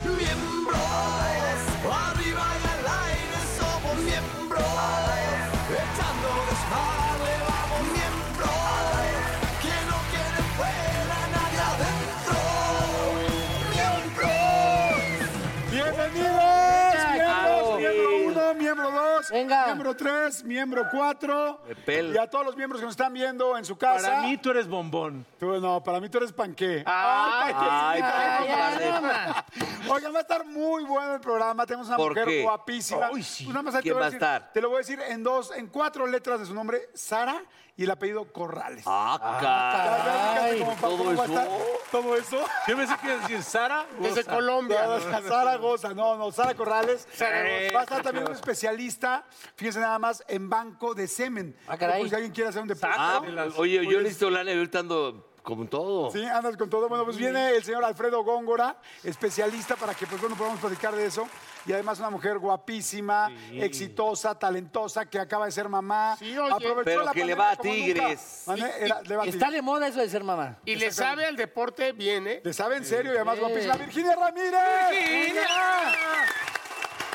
Miembros, arriba y al aire somos miembros, echando desmadre vamos miembros, que no quiere fuera nadie adentro, miembros. Bienvenidos, miembros, miembro 1, miembro 2, Venga. miembro 3, miembro 4. Me pela. Y a todos los miembros que nos están viendo en su casa. Para mí tú eres bombón. Tú, no, para mí tú eres panqué. Ay, panqué. compadre. Oigan, va a estar muy bueno el programa. Tenemos una ¿Por mujer qué? guapísima. Pues Ay, sí. nada más ahí te ¿Quién voy va a decir- estar? Te lo voy a decir en dos, en cuatro letras de su nombre, Sara y el apellido Corrales. Ah, Ay, como Paco, todo va a eso. estar- Todo eso. caray. Yo pensé que ibas a decir Sara. Desde Goza. Colombia. No, no, Sara Goza, no, no, Sara Corrales. Eh, Va a estar también un especialista, fíjense nada más, en banco de semen. Ah, caray. Por si alguien quiere hacer un depósito. Ah, oye, yo listo, Lana, yo ahorita ando como todo. pues, Sí, andas con todo. Bueno, pues viene el señor Alfredo Góngora, especialista, para que pues bueno podamos platicar de eso. Y además una mujer guapísima, exitosa, talentosa, que acaba de ser mamá. Sí, oye. Pero la que le pandemia va a como Tigres. nunca. Mande, era- le va a Está Tigres. de moda eso de ser mamá. Y le sabe al deporte bien, ¿eh? Le sabe en serio y además Sí. guapísima. Virginia Ramírez. ¡Virginia!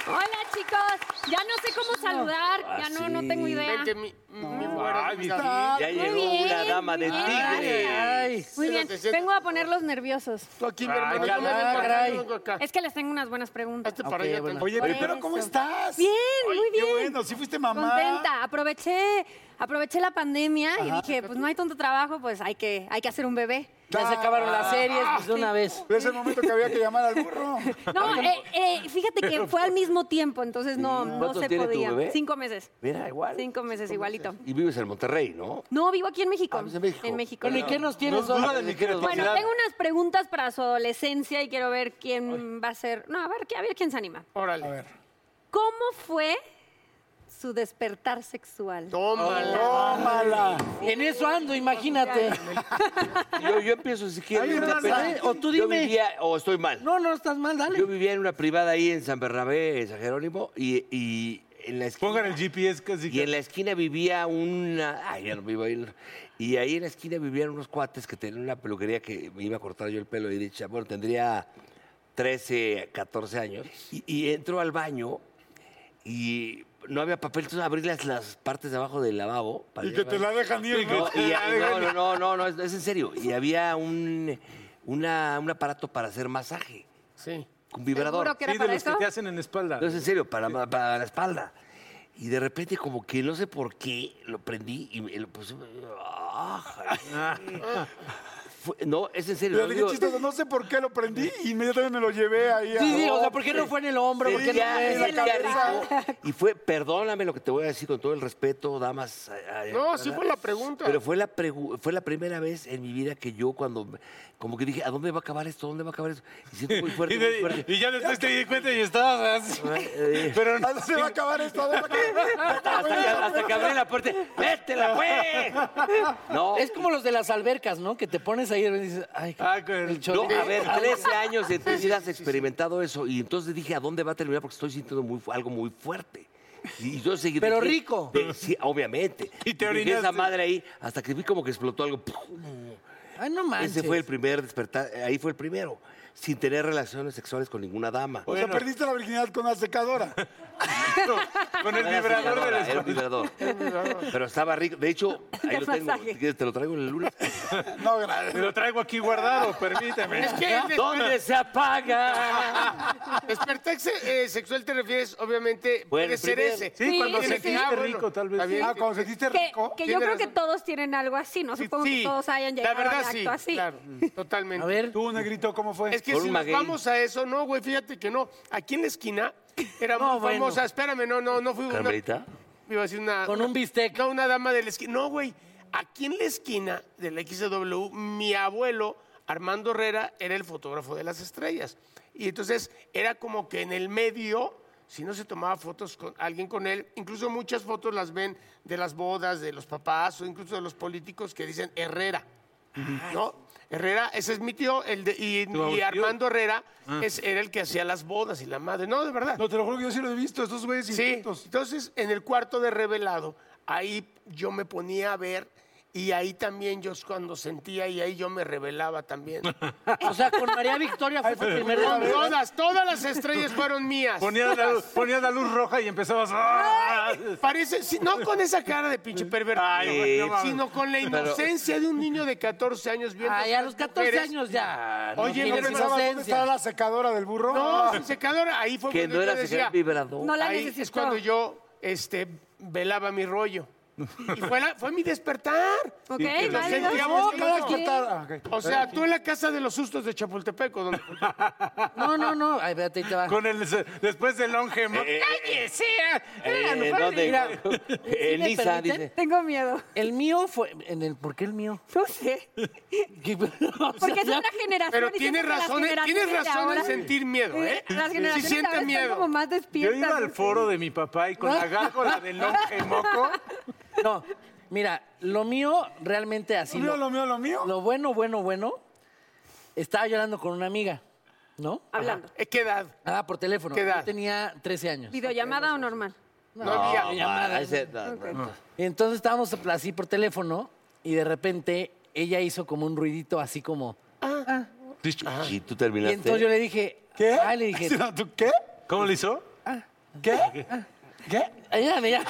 Hola chicos, ya no sé cómo saludar, ya no, no tengo idea. Ah, Vente, mi, mi güera, Ay, mi mi- David. ya Muy llegó bien, una dama de muy bien. Tigres. Ay, Muy bien, Espérate, siéntate. vengo a ponerlos nerviosos. Tú aquí, mi Ay, hermano. yo caray. me vengo acá, Caray. yo vengo acá. Es que les tengo unas buenas preguntas. Hazte para Ok, allá, bueno. tantito. Oye, Por pero ¿cómo eso. estás? Bien, Ay, muy bien. Qué bueno, sí fuiste mamá. Contenta, aproveché, aproveché la pandemia y dije, pues no hay tanto trabajo, pues hay que, hay que hacer un bebé. ya se acabaron las series, pues de una vez. Es el momento que había que llamar al burro. No, eh, eh, fíjate que fue al mismo tiempo, entonces no, no ¿Cuánto se tiene tu podía. bebé? Cinco meses. Mira, igual. Cinco meses, igualito. Y vives en Monterrey, ¿no? No, vivo aquí en México. Ah, pues en México. Bueno, ¿y qué nos tienes No, hoy? duda de mi Bueno, creatividad. tengo unas preguntas para su adolescencia y quiero ver quién va a ser. No, a ver, que- a ver quién se anima. Órale. ¿Cómo fue su despertar sexual? Tómala. Tómala. En eso ando, imagínate. Yo, yo empiezo si quieres. Ay, una Lana, pena. ¿eh? O tú Yo dime. vivía, o estoy mal. No, no estás mal, Yo dale. vivía en una privada ahí en San Bernabé, en San Jerónimo, y, y en la esquina. Pongan el GPS casi Y que. en la esquina vivía una. Ay, ya no vivo ahí. Y ahí en la esquina vivían unos cuates que tenían una peluquería que me iba a cortar yo el pelo. Y dije, bueno, tendría 13, 14 años. Y, y entro al baño y no había papel, entonces abrí las, las partes de abajo del lavabo. para Y que te la dejan ir, ¿no? no, y- y- no, no, no, no, no, es, es en serio. Y había un, una- un aparato para hacer masaje, Sí. un ¿Seguro vibrador. que era Sí, de para los que eso? te hacen en la espalda. No, es en serio, para, ma- para la espalda. Y de repente, como que no sé por qué, lo prendí y me lo puse. Ah, jale. Fue- no, es en serio. Le lo dije digo, chistoso, no sé por qué lo prendí y inmediatamente me lo llevé ahí. a- Sí, sí, o sea, ¿por qué no fue en el hombro? ¿Por qué no sentía- fue en la sentía cabeza? rico. Y fue, perdóname lo que te voy a decir con todo el respeto, damas. a- a- No, sí ¿verdad? fue la pregunta. Pero fue la, pregu- fue la primera vez en mi vida que yo cuando, como que dije, ¿a dónde va a acabar esto? ¿Dónde va a acabar esto? Y siento muy fuerte, Y, muy de- fuerte. y ya después te di cuenta y estabas así. Pero ¿A dónde se va a acabar esto? ¿A dónde va a acabar? Hasta, que- hasta que abrí la puerta, ¡métela, pues". güey! No, Es como los de las albercas, ¿no? Que te pones ahí y dices, ay, Ah, con el- No, chorrito. a ver, 13 años de tu vida has experimentado eso y entonces dije, ¿a dónde va a terminar? Porque estoy sintiendo muy, fu- algo muy fuerte. Y y yo seguí. Pero dije, rico. de- sí, obviamente. Y te dije, esa orinaste. madre ahí, hasta que vi como que explotó algo. ¡pum! Ay, no manches. Ese fue el primer despertar, eh, ahí fue el primero, sin tener relaciones sexuales con ninguna dama. O sea, perdiste la virginidad con una secadora. Con el No era vibrador aspiradora, del Era un espacio. vibrador. Pero estaba rico. De hecho, ahí De lo tengo. masaje. Si quieres, Te lo traigo el lunes. No, gracias. Lo traigo aquí guardado, permítame. Es que ¿Dónde se apaga? despertar se- eh, sexual te refieres, obvientiste, obviamente, Bueno, puede ser primero. ese. Sí, cuando Sí, Tiene sentiste que- ah, bueno, rico, tal vez. está bien. Ah, cuando sentiste Que, rico. que yo Tiene creo que razón. todos tienen algo así, no supongo Sí, que todos hayan llegado La verdad al sí, acto así. claro, totalmente. A ver, Tú, negrito, ¿cómo fue? Mm. Es que Con si un nos maguey. vamos a eso, no, güey, fíjate que no. Aquí en la esquina era No, muy bueno. famosa. Espérame, no, no, no fui una- ¿Carmelita? Iba a decir una. Con una- un bistec. No, una dama de la esquina. No, güey. Aquí en la esquina de la XW, mi abuelo, Armando Herrera, era el fotógrafo de las estrellas. Y entonces era como que en el medio, si no se tomaba fotos con alguien con él, incluso muchas fotos las ven de las bodas, de los papás o incluso de los políticos que dicen Herrera. ¿No? Herrera, ese es mi tío, el de, y, Tu abuelo. y Armando Herrera es, era el que hacía las bodas y la madre. No, de verdad. Ah. No, te lo juro que yo sí lo he visto, estos güeyes Sí, incultos. entonces en el cuarto de revelado, ahí yo me ponía a ver y ahí también yo es cuando sentía y ahí yo me revelaba también. o sea, con María Victoria fue tu primer Con nombre. todas, todas las estrellas fueron mías. Ponías la, luz- ponías la luz roja y empezabas. ¡ah! Parece, sí, no con esa cara de pinche pervertido, Ay, no mames. sino con la inocencia de un niño de 14 años viendo. Ay, a estas los 14 mujeres. años ya. no Oye, tienes no pensaba, Pensabas, ¿Dónde está inocencia. la secadora del burro? No, sin secadora, ahí fue Que cuando no yo era decía, señor vibrador. No la ahí necesitó. es cuando yo este, velaba mi rollo. Y fue, la- fue mi despertar. Ok, que lo válido. sentíamos Sí, cada sí. quien Ah, ok. O sea, tú en la casa de los sustos de Chapultepec, ¿o dónde? No, no, no. Ay, espérate, ahí te va. Con el, después del longe. ma- Eh, ¡Cállese! Era, no, Eh, padre, ¿dónde? mira. En me Niza, permiten? dice. Tengo miedo. El mío fue. En el, ¿Por qué el mío? No sé. ¿Qué- o sea, Porque es ya- otra generación. Pero y tienes siento que las razón, eh, tienes generaciones de razón en ahora- sentir miedo, ¿eh? Las Sí generaciones de ahora siente están como miedo. más Yo despiertas. iba al ¿no? foro de mi papá y con la gárgola del longe moco. No, mira, lo mío realmente así. Lo mío, lo mío, lo mío. lo bueno, bueno, bueno. Estaba llorando con una amiga, ¿no? Hablando. Eh, ¿Qué edad? Ah, por teléfono. ¿Qué edad? Yo tenía 13 años. ¿Videollamada o normal? No, había ma, llamada. ese- no, no, no. Entonces estábamos así por teléfono y de repente ella hizo como un ruidito así como. Y tú Y terminaste. entonces yo le dije. ¿Qué? Ah, le dije. No, ¿tú qué? ¿Cómo le hizo? ¿Qué? ¿Qué? Ayúdame ya.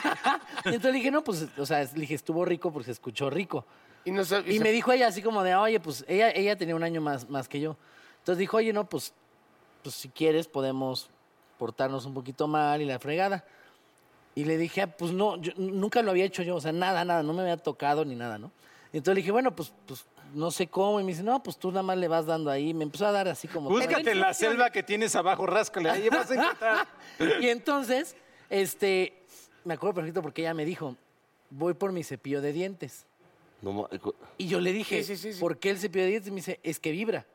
Y entonces le dije, no, pues, o sea, le dije, estuvo rico porque se escuchó rico. Y, no sab- y Y sab- me dijo ella así como de, oye, pues ella, ella tenía un año más, más que yo. Entonces dijo, oye, no, pues, pues si quieres podemos portarnos un poquito mal y la fregada. Y le dije, ah, pues no, yo- nunca lo había hecho yo, o sea, nada, nada, no me había tocado ni nada, ¿no? Y entonces le dije, bueno, pues, pues no sé cómo. Y me dice, no, pues tú nada más le vas dando ahí. Me empezó a dar así como... Búscate la selva que tienes abajo, ráscale. Ahí vas a encontrar. Y entonces, este, me acuerdo perfecto porque ella me dijo, voy por mi cepillo de dientes. No, ma, eh, cu- Y yo le dije, Sí, sí, sí, sí. ¿por qué el cepillo de dientes? Y me dice, es que vibra.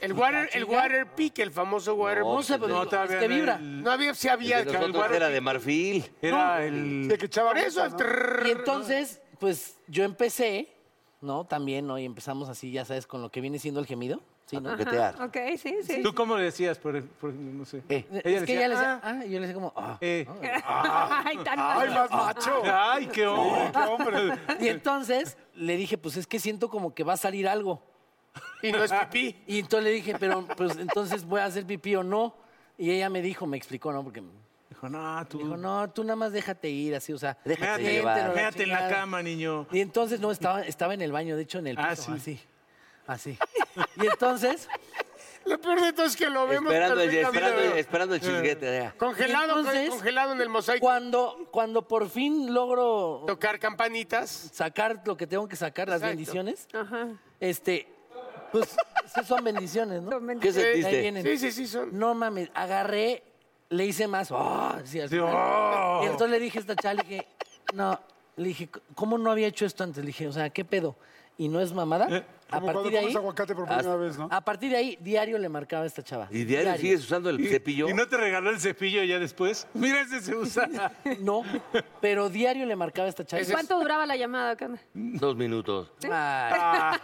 el water, el water peak, el famoso water No, pues, No peak. sé, pero No, digo, todavía es que no, vibra. el- No había, sí había. el de nosotros era de marfil. Era el. De que echaba Por eso, boca, el ¿no? trrr. Y entonces, pues yo empecé, ¿no? También, ¿no? Y empezamos así, ya sabes, con lo que viene siendo el gemido. Sí, ¿no? Coquetear. Ok, sí, sí. ¿Tú cómo le decías? Por, por- no sé. Eh, Es Ella que decía, ella le decía, "Ah, ah, y yo le decía como, ah. eh". Ay, tan Ay, más macho. Ay, qué hombre, qué hombre. Y entonces le dije, pues es que siento como que va a salir algo. Ah, Y no es pipí. Y entonces le dije, pero pues entonces voy a hacer pipí o no. Y ella me dijo, me explicó, ¿no? Porque me Dijo, no, tú. dijo, no, tú nada más déjate ir, así, o sea, Déjate siéntelo, llevar. la Quédate en la chingada". cama, niño. Y entonces no estaba, estaba en el baño, de hecho en el piso, Ah, así. Así. Y entonces, Lo peor de todo es que lo vemos Esperando, el- esperando, perfectamente. esperando el chisguete. eh. ya. Congelado, Entonces- congelado en el mosaico. cuando, cuando por fin logro Tocar campanitas. sacar lo que tengo que sacar, las Exacto. bendiciones, Ajá. este, pues sí son bendiciones, ¿no? Son ¿Qué bendiciones. Ahí sentiste? vienen. Sí, sí, sí, son. No mames, agarré, le hice más. ¡ah! Sí, al Sí, final. ¡oh! Y entonces le dije a esta chava, le dije, no, le dije, ¿cómo no había hecho esto antes? Le dije, o sea, ¿qué pedo? Y no es mamada. A Eh, Como cuando partir de comes ahí, aguacate por primera vez, ¿no? a partir de ahí, diario le marcaba a esta chava. Y diario sigues usando el cepillo. ¿Y no te regaló el cepillo ya después? Mira, ese se usa. No, pero diario le marcaba a esta chava. ¿Cuánto duraba la llamada, Cana? Dos minutos. Ay.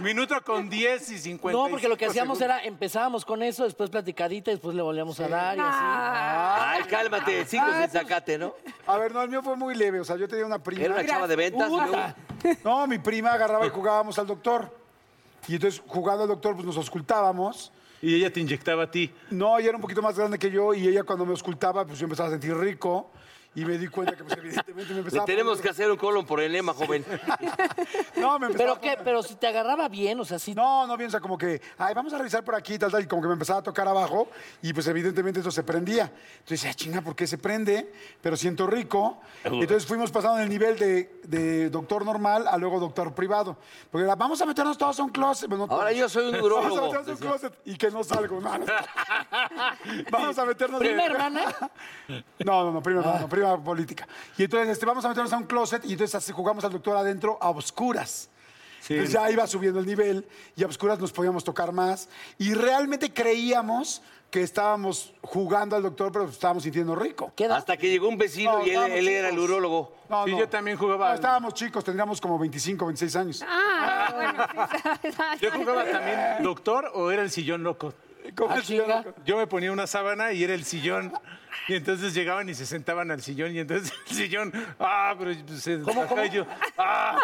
Minuto con 10 y 50. Ah, No, porque lo que hacíamos era empezábamos con eso, después platicadita, y después le volvíamos a dar y así. Ay, cálmate, cinco sin sacate, ¿no? Ah, pues, A ver, no, el mío fue muy leve. O sea, yo tenía una Era prima. una chava de ventas. Puta. No, mi prima agarraba y jugábamos al doctor. Y entonces, jugando al doctor, pues nos auscultábamos. Y ella te inyectaba a ti. No, ella era un poquito más grande que yo y ella cuando me auscultaba, pues yo empezaba a sentir rico y me di cuenta que pues, evidentemente me Le empezaba tenemos a que poner- hacer un colon por enema, joven. No, me empezaba Pero a qué, poner- pero si te agarraba bien, o sea, sí. No, no piensa como que, ay, vamos a revisar por aquí, tal, tal, y como que me empezaba a tocar abajo, y pues evidentemente eso se prendía. Entonces decía, "Ah, chinga, ¿por qué se prende? Pero siento rico. Entonces fuimos pasando el nivel de, de doctor normal a luego doctor privado. Porque era, vamos a meternos todos a un closet. Bueno, no Ahora todos. yo soy un Vamos a urólogo. meternos a un closet y que no salgo. No, no. vamos a meternos ¿Prima hermana? no, no, no, prima, no, prima política. Y entonces este, vamos a meternos a un closet y entonces así jugamos al doctor adentro a oscuras. Entonces ya iba subiendo el nivel y a oscuras nos podíamos tocar más. Y realmente creíamos que estábamos jugando al doctor, pero estábamos sintiendo rico. ¿Qué edad? Hasta que llegó un vecino No, y él, estábamos él era el chicos. urólogo. No, Sí, no. Ah, yo también jugaba No, al- estábamos chicos, tendríamos como 25, 26 años. Ah, bueno, sí, está- está- ¿Yo jugaba también doctor o era el sillón loco? ¿Cómo Ah, se llama? chinga. Yo me ponía una sábana y era el sillón. Y entonces llegaban y se sentaban al sillón y entonces el sillón, ah, pero se ¿Cómo, yo, ah,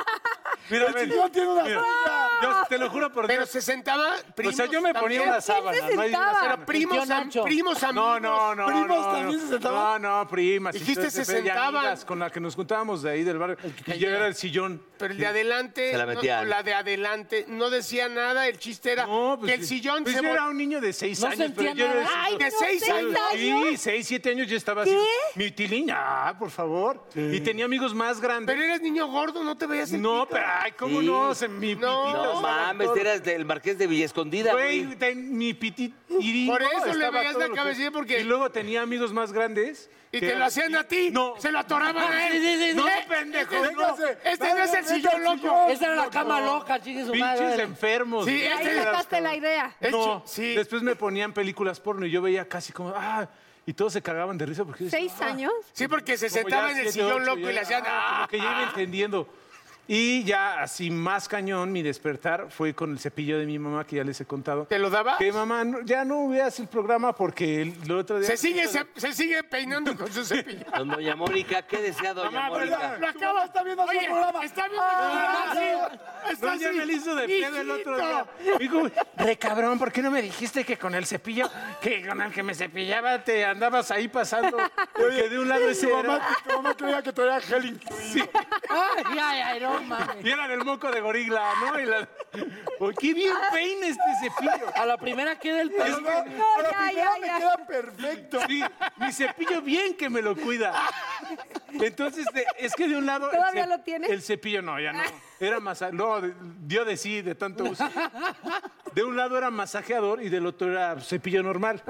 mira, El ven, sillón tiene una mira. silla. ¡Ah! Yo te lo juro por Pero Dios. se sentaba O primos sea, yo me ponía también. una sábana, no hay una sentaba? sábana. Pero primos, Tío am- Nacho. primos No, amigos. no, no. ¿Primos no, también no. se sentaban? No, no, primas. Dijiste entonces, se de- de sentaban. amigas Con la que nos juntábamos de ahí del barrio. Y yo era el sillón. Pero el de adelante, Se la no, metían. no, la de adelante, no decía nada, el chiste era No, pues, que el sillón pues se yo vol- era un niño de seis No años. sentía pero yo era el nada. sillón. ¡Ay, de No, seis seis años! años. Sí, seis, siete años yo estaba así. Mi tiliña, por favor. Y tenía amigos más grandes. Pero eres niño gordo, no te veías el no, pito. pero ay, ¿cómo Sí. no? Se- mi No, pitito No estaba mames, todo- eras del Marqués de Villa Escondida, Güey, güey. ten- mi pitito. Por eso le veías la cabecilla porque- Y luego tenía amigos más grandes. Y que- te lo hacían a ti, No. se lo atoraban a él. No, ¿Eh? pendejo. Este no, véngase, este no es el véngase, sillón véngase, loco. Esa era la cama loca, chingue su Pinches madre. enfermos. Sí, güey. es- Ahí sacaste la idea. Es No, chi- sí. después me ponían películas porno y yo veía casi como, ah, y todos se cagaban de risa porque... "Ah". ¿Seis años? Sí, porque se como ya sentaba en el siete, sillón ocho, loco ya, y le hacían... ah, ¡Ah! como que ya iba entendiendo. Y ya así más cañón mi despertar fue con el cepillo de mi mamá que ya les he contado. ¿Te lo daba? Que mamá, no- ya no veas el programa porque el, el otro día... Se sigue, se, se sigue peinando con su cepillo. Don Doña Mónica, ¿qué desea Doña Mamá, Mónica? perdón. Tu Lo mamá acabas. está viendo así el Oye, programa. Ah, Está viendo el programa, sí. Está No, ya así. me lo hizo de pedo el otro día. Me Dijo, re cabrón, ¿por qué no me dijiste que con el cepillo, que con el que me cepillaba te andabas ahí pasando? Porque de un lado ese Tu era... mamá, tu mamá creía que traía gel incluido. Ay, ay, ay, no mames. Y era del moco de gorila, ¿no? Y la... Oye, ¡Qué bien peina este cepillo! A la primera queda el pelo. No, a la ya, primera ya, me ya. queda perfecto. Sí, mi cepillo bien que me lo cuida. Entonces, de- es que de un lado... el ¿Todavía cep- lo tienes? El cepillo no, ya no. Era masaje... No, de- dio de sí, de tanto uso. De un lado era masajeador y del otro era cepillo normal.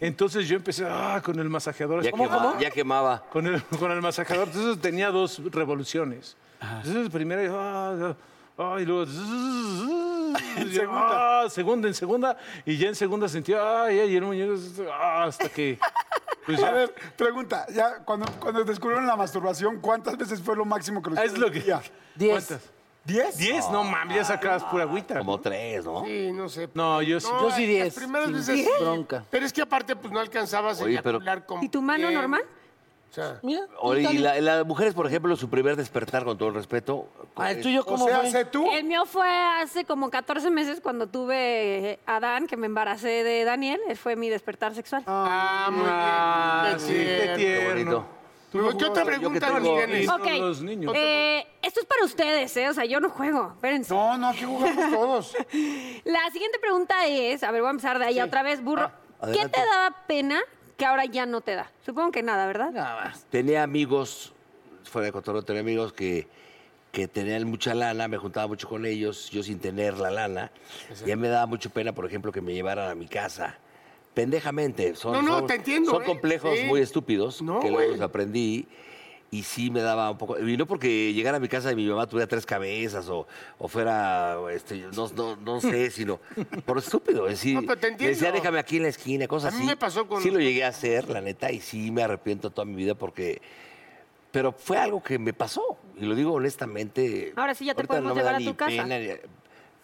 Entonces yo empecé ah, con el masajeador. Ya, quemaba, ya quemaba. Con el, con el masajador. Entonces tenía dos revoluciones. Entonces, primero, yo, ah, ah, y luego. y yo, ah, segunda, en segunda. Y ya en segunda sentía. Ay, ay, y el muñeco. ah, hasta que. Pues A ya. ver, pregunta, ya cuando, cuando descubrieron la masturbación, ¿cuántas veces fue lo máximo que lo Ah, es lo que. hicieron? Diez. ¿Cuántas? ¿Diez? Diez, no mames, ya sacabas pura agüita. Como tres, ¿no? Sí, no sé. No, yo sí. Yo sí las diez. primeras Sí. veces ¿Diez? sí. Bronca. Pero es que aparte, pues no alcanzabas Oye, a pero- eyacular con ¿Y tu mano bien. normal? O sea, Mira. tú Oye, y también. la- las mujeres, por ejemplo, su primer despertar, con todo el respeto. Ah, el tuyo O cómo sea, fue? sé tú. El mío fue hace como 14 meses cuando tuve a Dan, que me embaracé de Daniel. Él Fue mi despertar sexual. ah, muy bien. Ah, Qué sí, qué tierno. Qué bonito. tierno. ¿Qué otra pregunta tengo- nos tienes? son ok. los niños. eh, esto es para ustedes, ¿eh? O sea, yo no juego. Espérense. No, no, aquí jugamos todos. La siguiente pregunta es, a ver, voy a empezar de ahí otra vez, burro. ¿Qué adelante. te daba pena que ahora ya no te da? Supongo que nada, ¿verdad? Tenía amigos, fuera de cotorreo, tenía amigos que, que tenían mucha lana, me juntaba mucho con ellos, yo sin tener la lana. Y a mí me daba mucho pena, por ejemplo, que me llevaran a mi casa. Pendejamente. Son, No, no, son- te entiendo, Son ¿eh? complejos Sí. muy estúpidos No, que güey. luego los aprendí. Y sí me daba un poco. Y no porque llegara a mi casa y mi mamá tuviera tres cabezas o, o fuera, este, no, no, no sé, sino por estúpido. Es decir, No, pero te le decía, entiendo. déjame aquí en la esquina, cosas A mí así. me pasó con- Sí lo llegué a hacer, la neta, y sí me arrepiento toda mi vida porque pero fue algo que me pasó. Y lo digo honestamente. Ahora sí ya te Ahorita podemos me llevar da a ni tu casa. pena ni-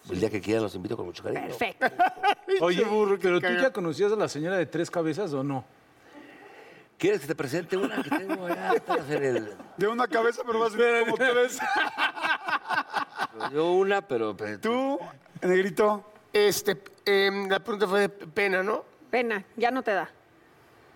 el día que quieran los invito con mucho cariño. Perfecto. Oye, burro, qué pero tú cagado. ya conocías a la señora de tres cabezas o no? ¿Quieres que te presente una que tengo allá atrás en el- De una cabeza, pero vas a ver como tres. Yo una, pero... pues, Tú, negrito, Este, em, la pregunta fue de pena, ¿no? Pena, ya no te da.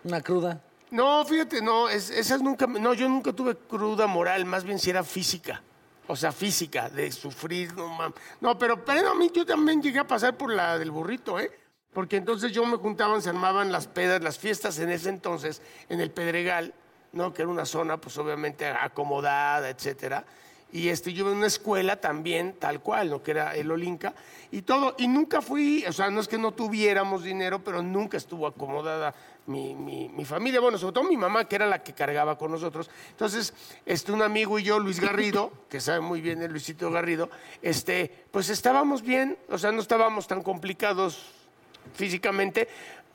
Una cruda. No, fíjate, no, es- esas nunca, me- no, yo nunca tuve cruda moral, más bien si era física. O sea, física, de sufrir, no mames. No, pero, pero a mí yo también llegué a pasar por la del burrito, ¿eh? Porque entonces yo me juntaban, se armaban las pedas, las fiestas en ese entonces, en el Pedregal, ¿no? Que era una zona, pues obviamente acomodada, etcétera. Y este, yo iba en una escuela también, tal cual, lo que era el Olinca, y todo. Y nunca fui, o sea, no es que no tuviéramos dinero, pero nunca estuvo acomodada mi, mi- mi familia. Bueno, sobre todo mi mamá, que era la que cargaba con nosotros. Entonces, este, un amigo y yo, Luis Garrido, que sabe muy bien el Luisito Garrido, este, pues estábamos bien, o sea, no estábamos tan complicados físicamente.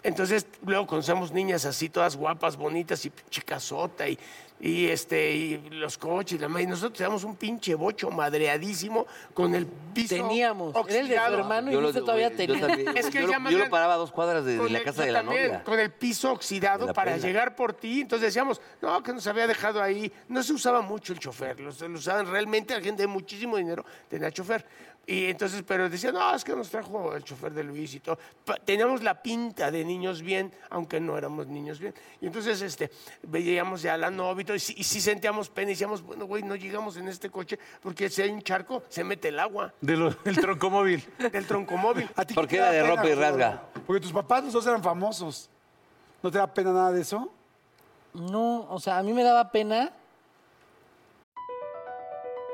Entonces, luego conocemos niñas así, todas guapas, bonitas y chicasota y, y, este, y los coches y la madre. Y nosotros teníamos un pinche bocho madreadísimo con el piso Teníamos. Era el de tu oxidado. hermano y Yo lo- usted todavía yo tenía. también- Es que yo ya lo, más yo lo grande. paraba a dos cuadras de, de Con la el- casa yo de la también, novia. Con el piso oxidado De la para pela. llegar por ti. Entonces decíamos, no, que nos había dejado ahí. No se usaba mucho el chofer. Lo, lo usaban realmente la gente de muchísimo dinero tenía chofer. Y entonces, pero decían, no, es que nos trajo el chofer de Luis y todo. Pa- teníamos la pinta de niños bien, aunque no éramos niños bien. Y entonces, este, veíamos ya la novia y todo, y sí, y sí sentíamos pena y decíamos, bueno, güey, no llegamos en este coche porque si hay un charco, se mete el agua De lo- del troncomóvil. del troncomóvil. ¿A ti qué ¿Por te qué da era de pena, ropa y Flor? rasga? Porque tus papás los dos eran famosos. ¿No te da pena nada de eso? No, o sea, a mí me daba pena.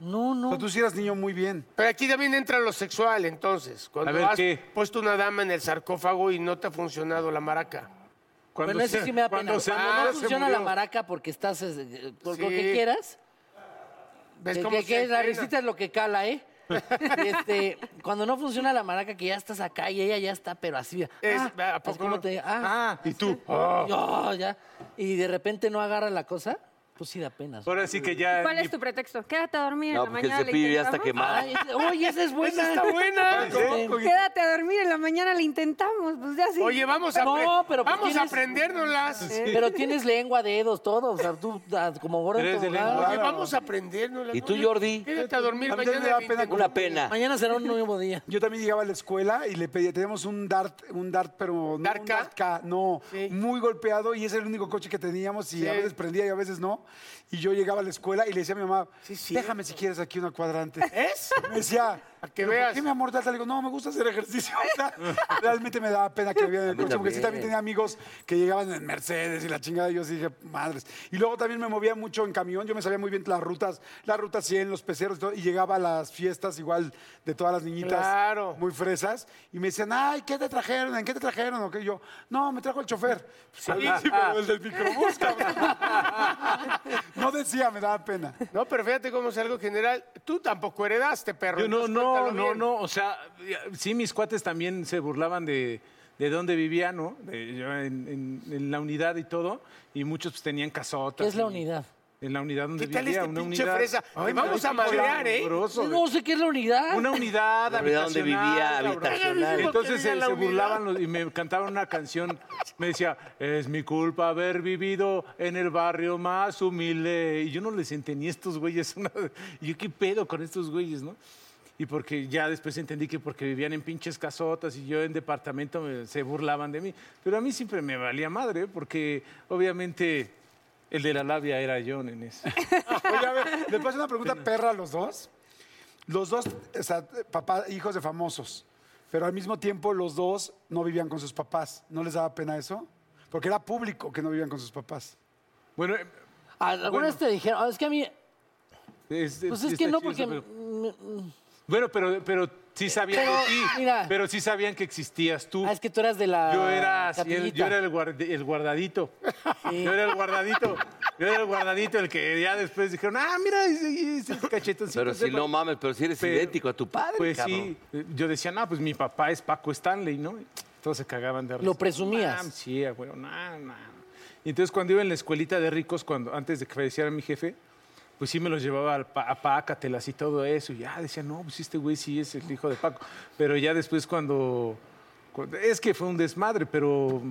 No, O no. sea, tú sí eras niño muy bien. Pero aquí también entra lo sexual, entonces. Cuando A ver, has ¿qué? puesto una dama en el sarcófago y no te ha funcionado la maraca. Ah, Cuando bueno, eso se- sí me da pena. cuando Cuando, se no murió, se funciona la murió. maraca porque estás eh, por lo Sí. que quieras. ¿Ves Que- cómo que- se que la entrena? risita es lo que cala, ¿eh? Y, este, cuando no funciona la maraca, que ya estás acá y ella ya está, pero así. mira, Es- ah, ¿a pues, poco ¿cómo no? te- ah, Ah, y tú. y, oh, Ah. ya. Y de repente no agarra la cosa, pues sí da pena. Ahora sí que ya. ¿Cuál ni- es tu pretexto? Quédate a dormir en No, la porque el mañana. le cepillo ya está intentamos. quemado. Ay, ese- oye, esa es buena. Esa está buena. Quédate a dormir en la mañana, le intentamos. Pues ya sí. Oye, vamos a, No, apre- pero pues vamos a tienes- aprendérnoslas. Pero tienes lengua, dedos, todo. O sea, tú ah, como gordo. Eres de tobogán. lengua. Oye, vamos a aprendérnoslas. ¿Y tú, Oye, Jordi? Quédate a dormir A mí también mañana. me da le pena intento- Una pena. Mañana será un nuevo día. Yo también llegaba a la escuela y le pedía, teníamos un dart, un dart, pero no ¿Dart un K? dart K, no, Sí. muy golpeado y ese era el único coche que teníamos y a Sí. veces prendía y a veces no. Y yo llegaba a la escuela y le decía a mi mamá, Sí, sí. déjame si quieres aquí una cuadrante. ¿Eh? ¿Es? Me decía, A que "¿Pero veas". ¿Por qué mi amor data? Le digo, no, me gusta hacer ejercicio. O sea, realmente me daba pena que había en el coche, porque sí también también. tenía amigos que llegaban en Mercedes y la chingada, y yo sí dije, madres. Y luego también me movía mucho en camión, yo me sabía muy bien las rutas, la ruta 100, los peceros y todo, y llegaba a las fiestas igual de todas las niñitas Claro. muy fresas, y me decían, ay, ¿qué te trajeron? ¿En qué te trajeron? ¿O qué? Y yo, no, me trajo el chofer. Sí, pero el del microbús, cabrón. No decía, me daba pena. No, pero fíjate cómo es algo general. Tú tampoco heredaste, perro. Yo no, entonces no, cuéntalo no, bien. no, o sea, ya, sí, mis cuates también se burlaban de, de dónde vivía, ¿no? De- yo en, en- en la unidad y todo, y muchos pues, tenían casotas. ¿Qué es la y- unidad? En la unidad donde ¿Qué tal vivía, este una pinche unidad. fresa? Te me vamos da a un madrear, ¿eh? horroroso, güey. No sé qué es la unidad. Una unidad La unidad donde vivía, habitacional, cabrón. habitacional. Entonces eh, Que diga se, la se unidad. burlaban los- y me cantaban una canción. Me decía, es mi culpa haber vivido en el barrio más humilde. Y yo no les entendí estos güeyes. una- y yo qué pedo con estos güeyes, ¿no? Y porque ya después entendí que porque vivían en pinches casotas y yo en departamento me- se burlaban de mí. Pero a mí siempre me valía madre, porque obviamente el de la labia era yo, nenes. Oye, a ver, ¿le puedo hacer una pregunta perra a los dos? Los dos, o sea, papá, hijos de famosos, pero al mismo tiempo los dos no vivían con sus papás. ¿No les daba pena eso? Porque era público que no vivían con sus papás. Bueno, eh, ¿Alguna vez te dijeron? "Ah, Es que a mí. es- Pues este sí es que no, está chido porque. eso, pero- mm, mm, Bueno, pero, pero sí sabían Eh, Pero, de ti, mira. pero sí sabían que existías tú. Ah, es que tú eras de la. Yo era, así, el- capillita. yo era el, guard- el guardadito. Yo era el guardadito. Yo era el guardadito, el que ya después dijeron, ah, mira, ese, ese cachetoncito. Pero si ese no pa-". mames, pero si eres Pero- idéntico a tu padre, Pues cabrón. sí. Yo decía, no, pues mi papá es Paco Stanley, ¿no? Todos se cagaban de risa. Lo presumías. "Mam, sí, güey, no, no. Y entonces cuando iba en la escuelita de ricos, cuando, antes de que falleciera mi jefe, pues sí me los llevaba al pa- a Pácatelas y todo eso. Y ya decía, no, pues este güey sí es el hijo de Paco. Pero ya después cuando, cuando- Es que fue un desmadre, pero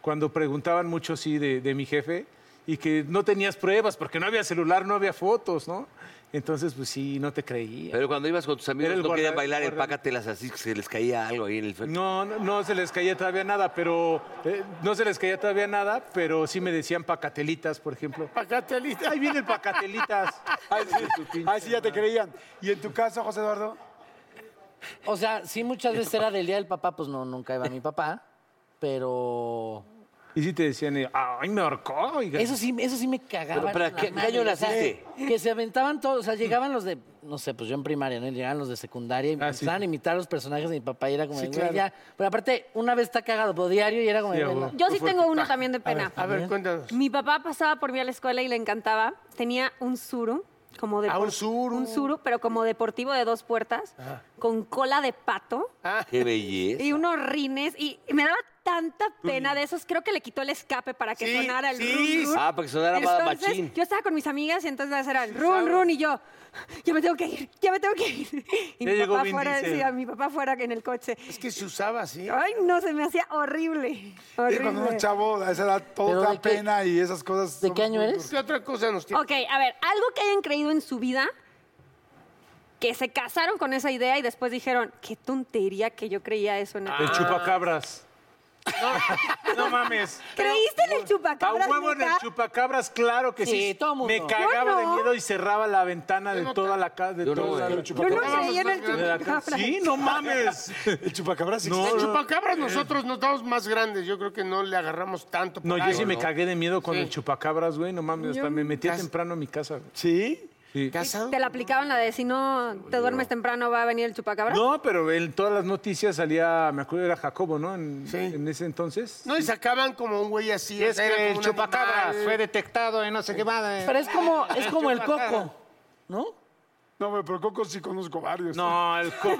cuando preguntaban mucho sí de, de mi jefe y que no tenías pruebas porque no había celular, no había fotos, ¿no? Entonces, pues sí, no te creía. Pero cuando ibas con tus amigos Era no el querían guarda- bailar el guarda- pácatelas así, que se les caía algo ahí en el... fe- No, no, no se les caía todavía nada, pero eh, no se les caía todavía nada, pero sí me decían pacatelitas, por ejemplo. Pacatelita. Ahí viene el pacatelitas. Ahí viene su pinche Ah, sí, ya te madre. creían. ¿Y en tu caso, José Eduardo? O sea, sí, muchas veces era del día del papá, pues no, nunca iba mi papá. Pero. Y sí te decían, eh, ay, me ahorcó. oiga. Eso sí, eso sí me cagaba. Pero, pero, la ¿qué- qué madre, año o sea, naciste? que se aventaban todos, o sea, llegaban los de, no sé, pues yo en primaria, ¿no? Y Llegaban los de secundaria y Ah, sí. empezaban a imitar los personajes de mi papá y era como, Sí, de, güey, claro. ya. Pero aparte, una vez está cagado, pero diario y era como, Sí, de, güey, a no. Yo sí tengo uno también de pena. A ver, cuéntanos. Mi papá pasaba por mí a la escuela y le encantaba. Tenía un suru, como de Ah, un suru. un suru, pero como deportivo de dos puertas, con cola de pato Ah. ¡Qué belleza! y unos rines y y me daba tanta pena de esos. Creo que le quitó el escape para que Sí, sonara el sí, run, run. Ah, para que sonara más Entonces, machín. yo estaba con mis amigas y entonces era el run, run y yo, ya me tengo que ir, ya me tengo que ir. Y Ya mi llegó papá, Vin fuera, Diesel. sí, a mi papá fuera en el coche. Es que se usaba así. Ay, no, se me hacía horrible. Y cuando uno horrible. es chavo a esa edad todo ¿Pero da de qué- pena y esas cosas. ¿De son qué año muy eres? ¿Qué otra cosa nos tiene? Ok, a ver, algo que hayan creído en su vida, que se casaron con esa idea y después dijeron, qué tontería que yo creía eso Ah. en el... Ah. El chupacabras. No, no mames. ¿Creíste en el A chupacabras? huevo en el neta? chupacabras, claro que sí. Sí, todo mundo. Me cagaba Yo no. de miedo y cerraba la ventana de toda la casa. De Yo no, toda güey. la- Yo no creía en el de la ca- chupacabras. Sí, no mames. El chupacabras No, Eh. existe. El chupacabra nosotros nos damos más grandes. Yo creo que no le agarramos tanto. por No, yo ahí. sí me cagué de miedo con Sí. el chupacabras, güey. No mames, hasta me metía temprano a mi casa. güey. ¿Sí? Sí. ¿Casado? Te la aplicaban la de si no te duermes temprano va a venir el chupacabras. No, pero en todas las noticias salía, me acuerdo era Jacobo, ¿no? En, Sí. en ese entonces. No, y sacaban como un güey así. o sea, era como un animal. detectado en no sé qué Pero es como, es como el coco, ¿no? No, güey, pero Coco sí conozco varios. No, el coco.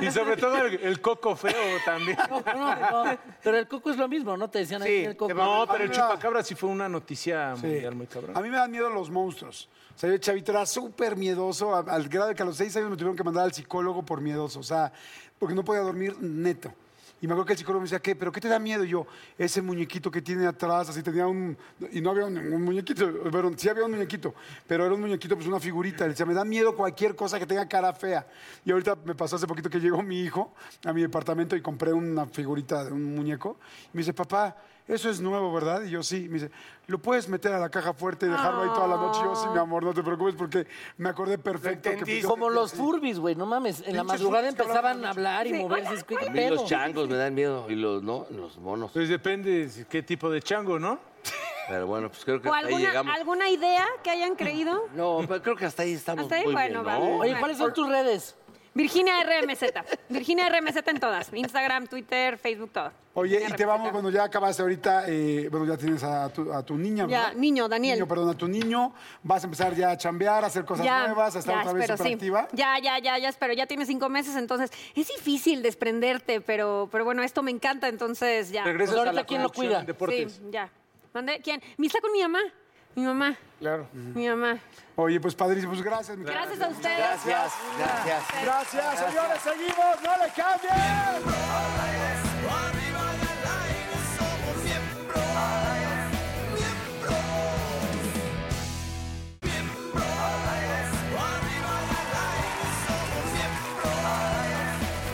y sobre todo el, el coco feo también. No, no, no. Pero el coco es lo mismo, ¿no? Te decían ahí Sí, el coco. te va- No, pero el Ah, mira. chupacabras sí fue una noticia Sí. mundial muy A cabrón. mí me dan miedo los monstruos. O sea, yo de chavito era súper miedoso, a- al grado de que a los seis años me tuvieron que mandar al psicólogo por miedoso. O sea, porque no podía dormir neto. Y me acuerdo que el psicólogo me decía, ¿qué? ¿Pero qué te da miedo? Y yo, ese muñequito que tiene atrás, así tenía un... Y no había un, un muñequito, pero sí había un muñequito, pero era un muñequito, pues una figurita. Le decía, me da miedo cualquier cosa que tenga cara fea. Y ahorita me pasó hace poquito que llegó mi hijo a mi departamento y compré una figurita de un muñeco. Y me dice, papá, eso es nuevo, ¿verdad? Y yo sí. Me dice, ¿lo puedes meter a la caja fuerte y dejarlo ahí toda la noche? Y yo sí, mi amor, no te preocupes porque me acordé perfecto. que entendiste. yo pues, Como tenía los así". furbis, güey, no mames. En la Pinches madrugada furbis que empezaban hablaban a hablar y Sí, moverse. hola, es que, ¿Qué A mí los pedo? changos me dan miedo y los, ¿no? los monos. Pues depende de qué tipo de chango, ¿no? Pero bueno, pues creo que ¿O hasta ahí alguna, llegamos. alguna idea que hayan creído? No, pero creo que hasta ahí estamos Hasta ahí, muy bueno, bien, ¿no? vale. Oye, ¿cuáles son tus redes? Virginia RMZ. Virginia RMZ en todas. Instagram, Twitter, Facebook, todo. Oye, y Virginia te vamos, RMZ. bueno, ya acabaste ahorita, eh, bueno, ya tienes a tu, a tu niña, Ya, ¿verdad? niño, Daniel. Niño, perdón, a tu niño. Vas a empezar ya a chambear, a hacer cosas nuevas, a estar otra vez espero, sí. superactiva. Ya, ya, ya, ya espero. Ya tiene cinco meses, entonces es difícil desprenderte, pero, pero bueno, esto me encanta, entonces ya. Regresas Pues a ahorita, la ¿quién lo producción cuida? en deportes. Sí, ya. ¿Mandé? ¿Quién? Me está con mi mamá. Mi mamá. Claro. Mi mamá. Oye, pues padrísimo, pues gracias. mi Gracias a ustedes. Gracias, gracias. querida. Gracias, señores, seguimos, no le cambien. Arriba y al aire somos miembros, miembros, miembros. Arriba y al aire somos miembros,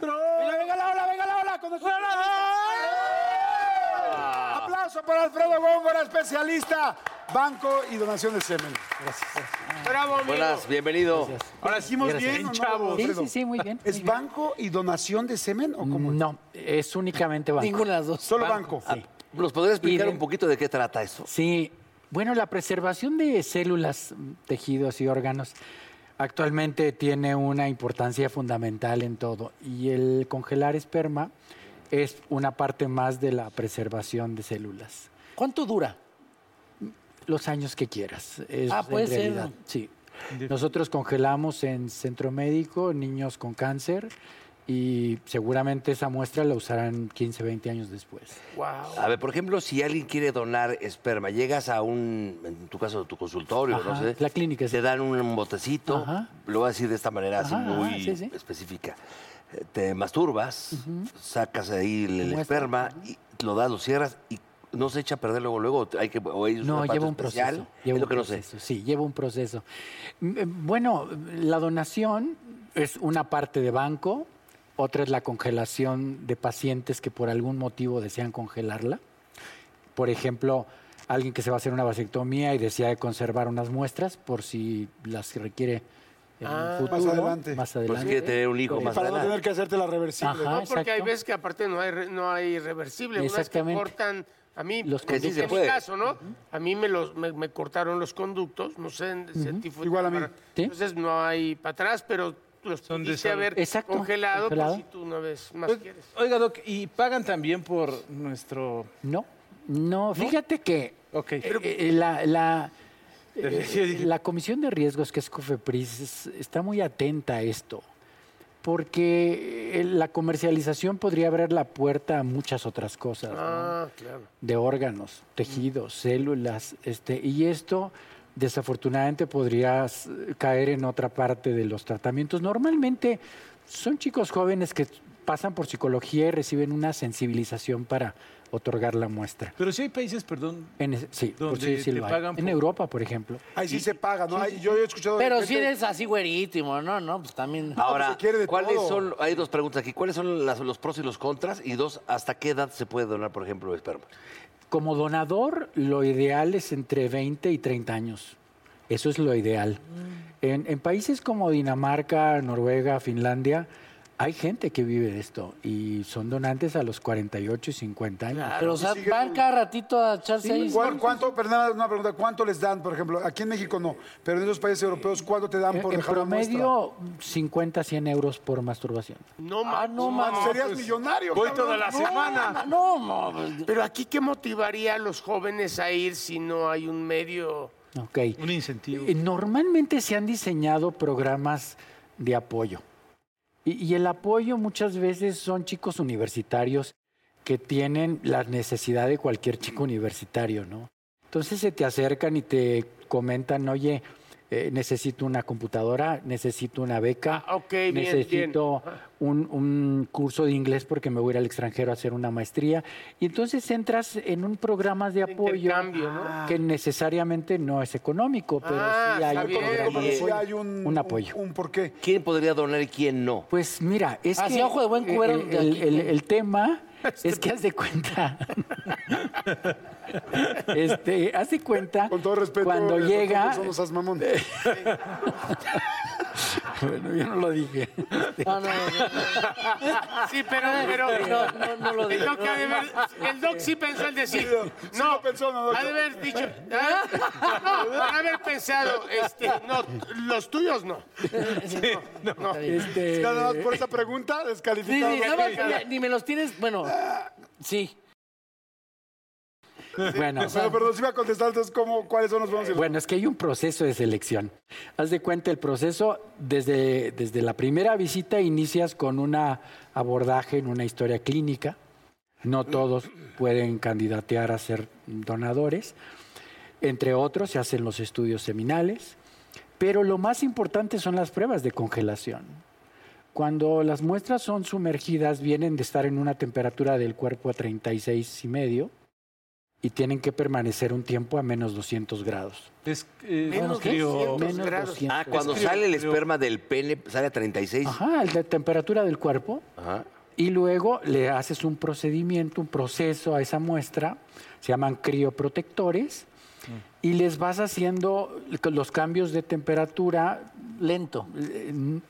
Venga, venga la ola, ¡Ah! venga la ola. Con nosotros. ¡Eh! Aplauso para Alfredo Góngora, especial. Farmacia Lista, Banco y Donación de Semen. Gracias. Bravo, amigo. Buenas, bienvenido. Ahora hicimos Gracias. bien, ¿o no, Chavo. Sí, Alfredo? sí, sí, muy bien. ¿Es banco y donación de semen o cómo? es? No, es únicamente banco. Ninguna de las dos. Solo banco. Sí. Ah, ¿Nos podrías explicar de- un poquito de qué trata eso? Sí, bueno, la preservación de células, tejidos y órganos actualmente tiene una importancia fundamental en todo y el congelar esperma es una parte más de la preservación de células. ¿Cuánto dura? Los años que quieras. es Ah, en puede ser. realidad, Sí. Nosotros congelamos en centro médico niños con cáncer y seguramente esa muestra la usarán 15, 20 años después. Wow. A ver, por ejemplo, si alguien quiere donar esperma, llegas a un, en tu caso, tu consultorio, no Ajá, sé. la clínica, sí. Te dan un botecito, Ajá. lo voy a decir de esta manera, así Ajá, ajá, muy sí, sí. específica. Eh, Te masturbas, sacas ahí el, el Muestra, esperma, y lo das, lo cierras y no se echa a perder luego, luego hay que, o hay un No, aparato lleva un especial, proceso. es Lleva lo un que no sé. proceso, Sí, lleva un proceso. Mm, eh, Bueno, la donación es una parte de banco, otra es la congelación de pacientes que por algún motivo desean congelarla. Por ejemplo, alguien que se va a hacer una vasectomía y desea conservar unas muestras por si las requiere en un Ah, futuro. más adelante. Más Por si adelante. quiere tener Eh, un hijo más Para no adelante. tener que hacerte la reversible. Ajá. ¿no? No, porque hay exacto. veces que aparte no hay, re- no hay reversible. Exactamente. Unas que cortan, a mí, Los en conductos. mi Sí se puede. caso, ¿no? A mí me, los, me, me cortaron los conductos, no sé si a ti fue Igual a mí. para- Sí. Entonces no hay para atrás, pero los Son de pudiste sal- haber Exacto, congelado, pues, congelado. si tú una vez más Pues, Oiga, quieres. Oiga, Doc, ¿y pagan también por nuestro... No, no, fíjate que Ok. eh, eh, la- la, eh, Yo dije, La Comisión de Riesgos, que es COFEPRIS, es- está muy atenta a esto, porque eh, la comercialización podría abrir la puerta a muchas otras cosas, ¿no? Ah, claro. de órganos, tejidos, células, este, y esto desafortunadamente podría s- caer en otra parte de los tratamientos. Normalmente son chicos jóvenes que pasan por psicología y reciben una sensibilización para otorgar la muestra. Pero sí hay países, perdón, En, es- sí, por Donde sí decirlo, te hay. pagan en por- Europa, por ejemplo. Ahí sí se paga, ¿no? Ahí- Yo he escuchado. de Pero si gente- eres así güerito, y no, no, pues también. Ahora, se quiere de ¿cuáles todo. son? Hay dos preguntas aquí. ¿Cuáles son las- los pros y los contras? Y dos, ¿hasta qué edad se puede donar, por ejemplo, esperma? Como donador, lo ideal es entre 20 y 30 años. Eso es lo ideal. Mm. En, en países como Dinamarca, Noruega, Finlandia, hay gente que vive de esto y son donantes a los 48 y 50 años. pero o sea, van cada ratito a echarse ahí. ¿Cuál- ¿Cuánto, perdón, una pregunta, ¿cuánto les dan, por ejemplo? Aquí en México no, pero en esos países europeos, ¿cuánto te dan En, por Eh, en dejar una muestra? promedio, 50, 100 euros por masturbación. No, Ah, manches. no, man. Serías millonario. voy cabrón. toda la semana. No, no, pues, Pero aquí, ¿qué motivaría a los jóvenes a ir si no hay un medio? Ok. Un incentivo. Eh, Normalmente se han diseñado programas de apoyo. Y, y el apoyo muchas veces son chicos universitarios que tienen la necesidad de cualquier chico universitario, ¿no? Entonces se te acercan y te comentan, oye, eh, necesito una computadora, necesito una beca, Ah, ok, bien, bien. necesito Un, un curso de inglés porque me voy a ir al extranjero a hacer una maestría. Y entonces entras en un programa de apoyo intercambio, ¿no? que necesariamente no es económico, pero Ah, sí hay está un bien. programa de Pero sí apoyo. hay un, Un apoyo. Un, un porqué. ¿Quién podría donar y quién no? Pues mira, es Así, que Ah, ojo de buen eh, cubero el, de aquí. Este el- el tema es que haz de cuenta, este, haz de cuenta, Con todo respeto. cuando eh, llega, No seas mamón. bueno, yo no lo dije. no, no, no, Sí, pero, pero este, no, no, no lo el digo. doc, ha de haber- el doc sí pensó en decir. sí no, lo pensó, ¿no, doc? Ha de haber dicho. ha de- No, ha de haber pensado, este, no, los tuyos no. no, no. Este, Nada más por esa pregunta, Sí, descalificado. sí, nada más, mira, ni me los tienes. Bueno, sí. bueno, Pero perdón, si iba a contestar, entonces, ¿cómo, ¿cuáles son los buenos y los Bueno, es que hay un proceso de selección. Haz de cuenta el proceso, desde, desde la primera visita inicias con un abordaje en una historia clínica. No todos pueden candidatear a ser donadores. Entre otros, se hacen los estudios seminales. Pero lo más importante son las pruebas de congelación. Cuando las muestras son sumergidas, vienen de estar en una temperatura del cuerpo a 36 y medio y tienen que permanecer un tiempo a menos 200 grados. Es, eh, Menos crío- 200. Menos grados. 200 Ah, cuando grados. sale el esperma del pene, sale a 36. Ajá, la temperatura del cuerpo Ajá. y luego le haces un procedimiento, un proceso a esa muestra, se llaman crioprotectores, y les vas haciendo los cambios de temperatura. Lento.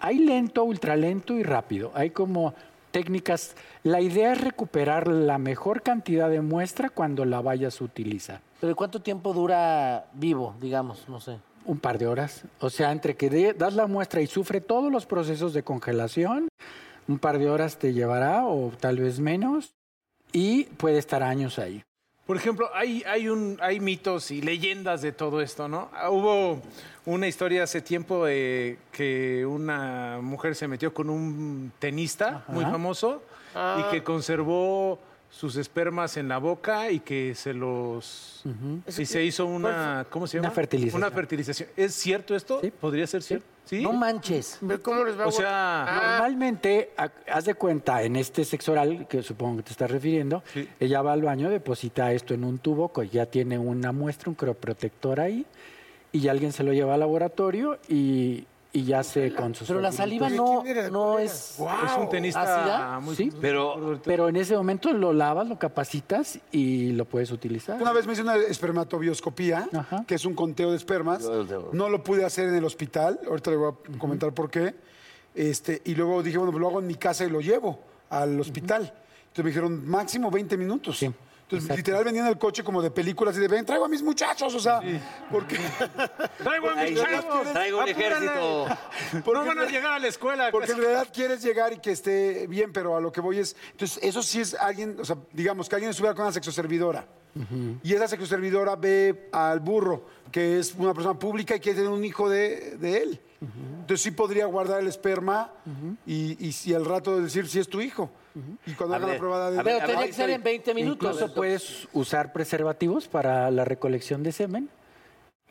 Hay lento, ultralento y rápido. Hay como técnicas. La idea es recuperar la mejor cantidad de muestra cuando la vayas a utilizar. ¿Pero cuánto tiempo dura vivo, digamos? No sé. Un par de horas. O sea, entre que de- das la muestra y sufre todos los procesos de congelación, un par de horas te llevará o tal vez menos y puede estar años ahí. Por ejemplo, hay, hay, un, hay mitos y leyendas de todo esto, ¿no? Ah, Hubo una historia hace tiempo de que una mujer se metió con un tenista muy famoso Ah. y que conservó sus espermas en la boca y que se los... Y se hizo una... pues, ¿Cómo se llama? Una fertilización. Una fertilización. ¿Es cierto esto? ¿Podría ser cierto? ¿Sí? No manches. ¿Cómo les va a O sea, Normalmente, ha- haz de cuenta, en este sexo oral, que supongo que te estás refiriendo, ella va al baño, deposita esto en un tubo, que ya tiene una muestra, un crioprotector ahí, y alguien se lo lleva al laboratorio y, y ya se con sus Pero la saliva orinitos. no, no es... Es un tenista ¿Ácida? muy... Sí, pero, pero en ese momento lo lavas, lo capacitas y lo puedes utilizar. Una vez me hice una espermatobioscopía, que es un conteo de espermas. No lo pude hacer en el hospital, ahorita le voy a comentar por qué. Este, y luego dije, bueno, pues lo hago en mi casa y lo llevo al hospital. Entonces me dijeron, máximo 20 minutos. Entonces, literal, venía en el coche como de películas y de, ven, traigo a mis muchachos, o sea, porque... ¡Traigo a Ahí mis sí, chavos! traigo un ¡Apúrale! ejército. No van a llegar a la escuela. Porque en realidad quieres llegar y que esté bien, pero a lo que voy es... Entonces, eso sí es alguien, o sea, digamos que alguien estuviera con una sexoservidora. Y esa sexoservidora ve al burro, que es una persona pública y quiere tener un hijo de, de él. Entonces sí podría guardar el esperma y, y si al rato decir si es tu hijo. Y cuando haga la prueba de Pero tenía que ser en 20 minutos. Incluso puedes usar preservativos para la recolección de semen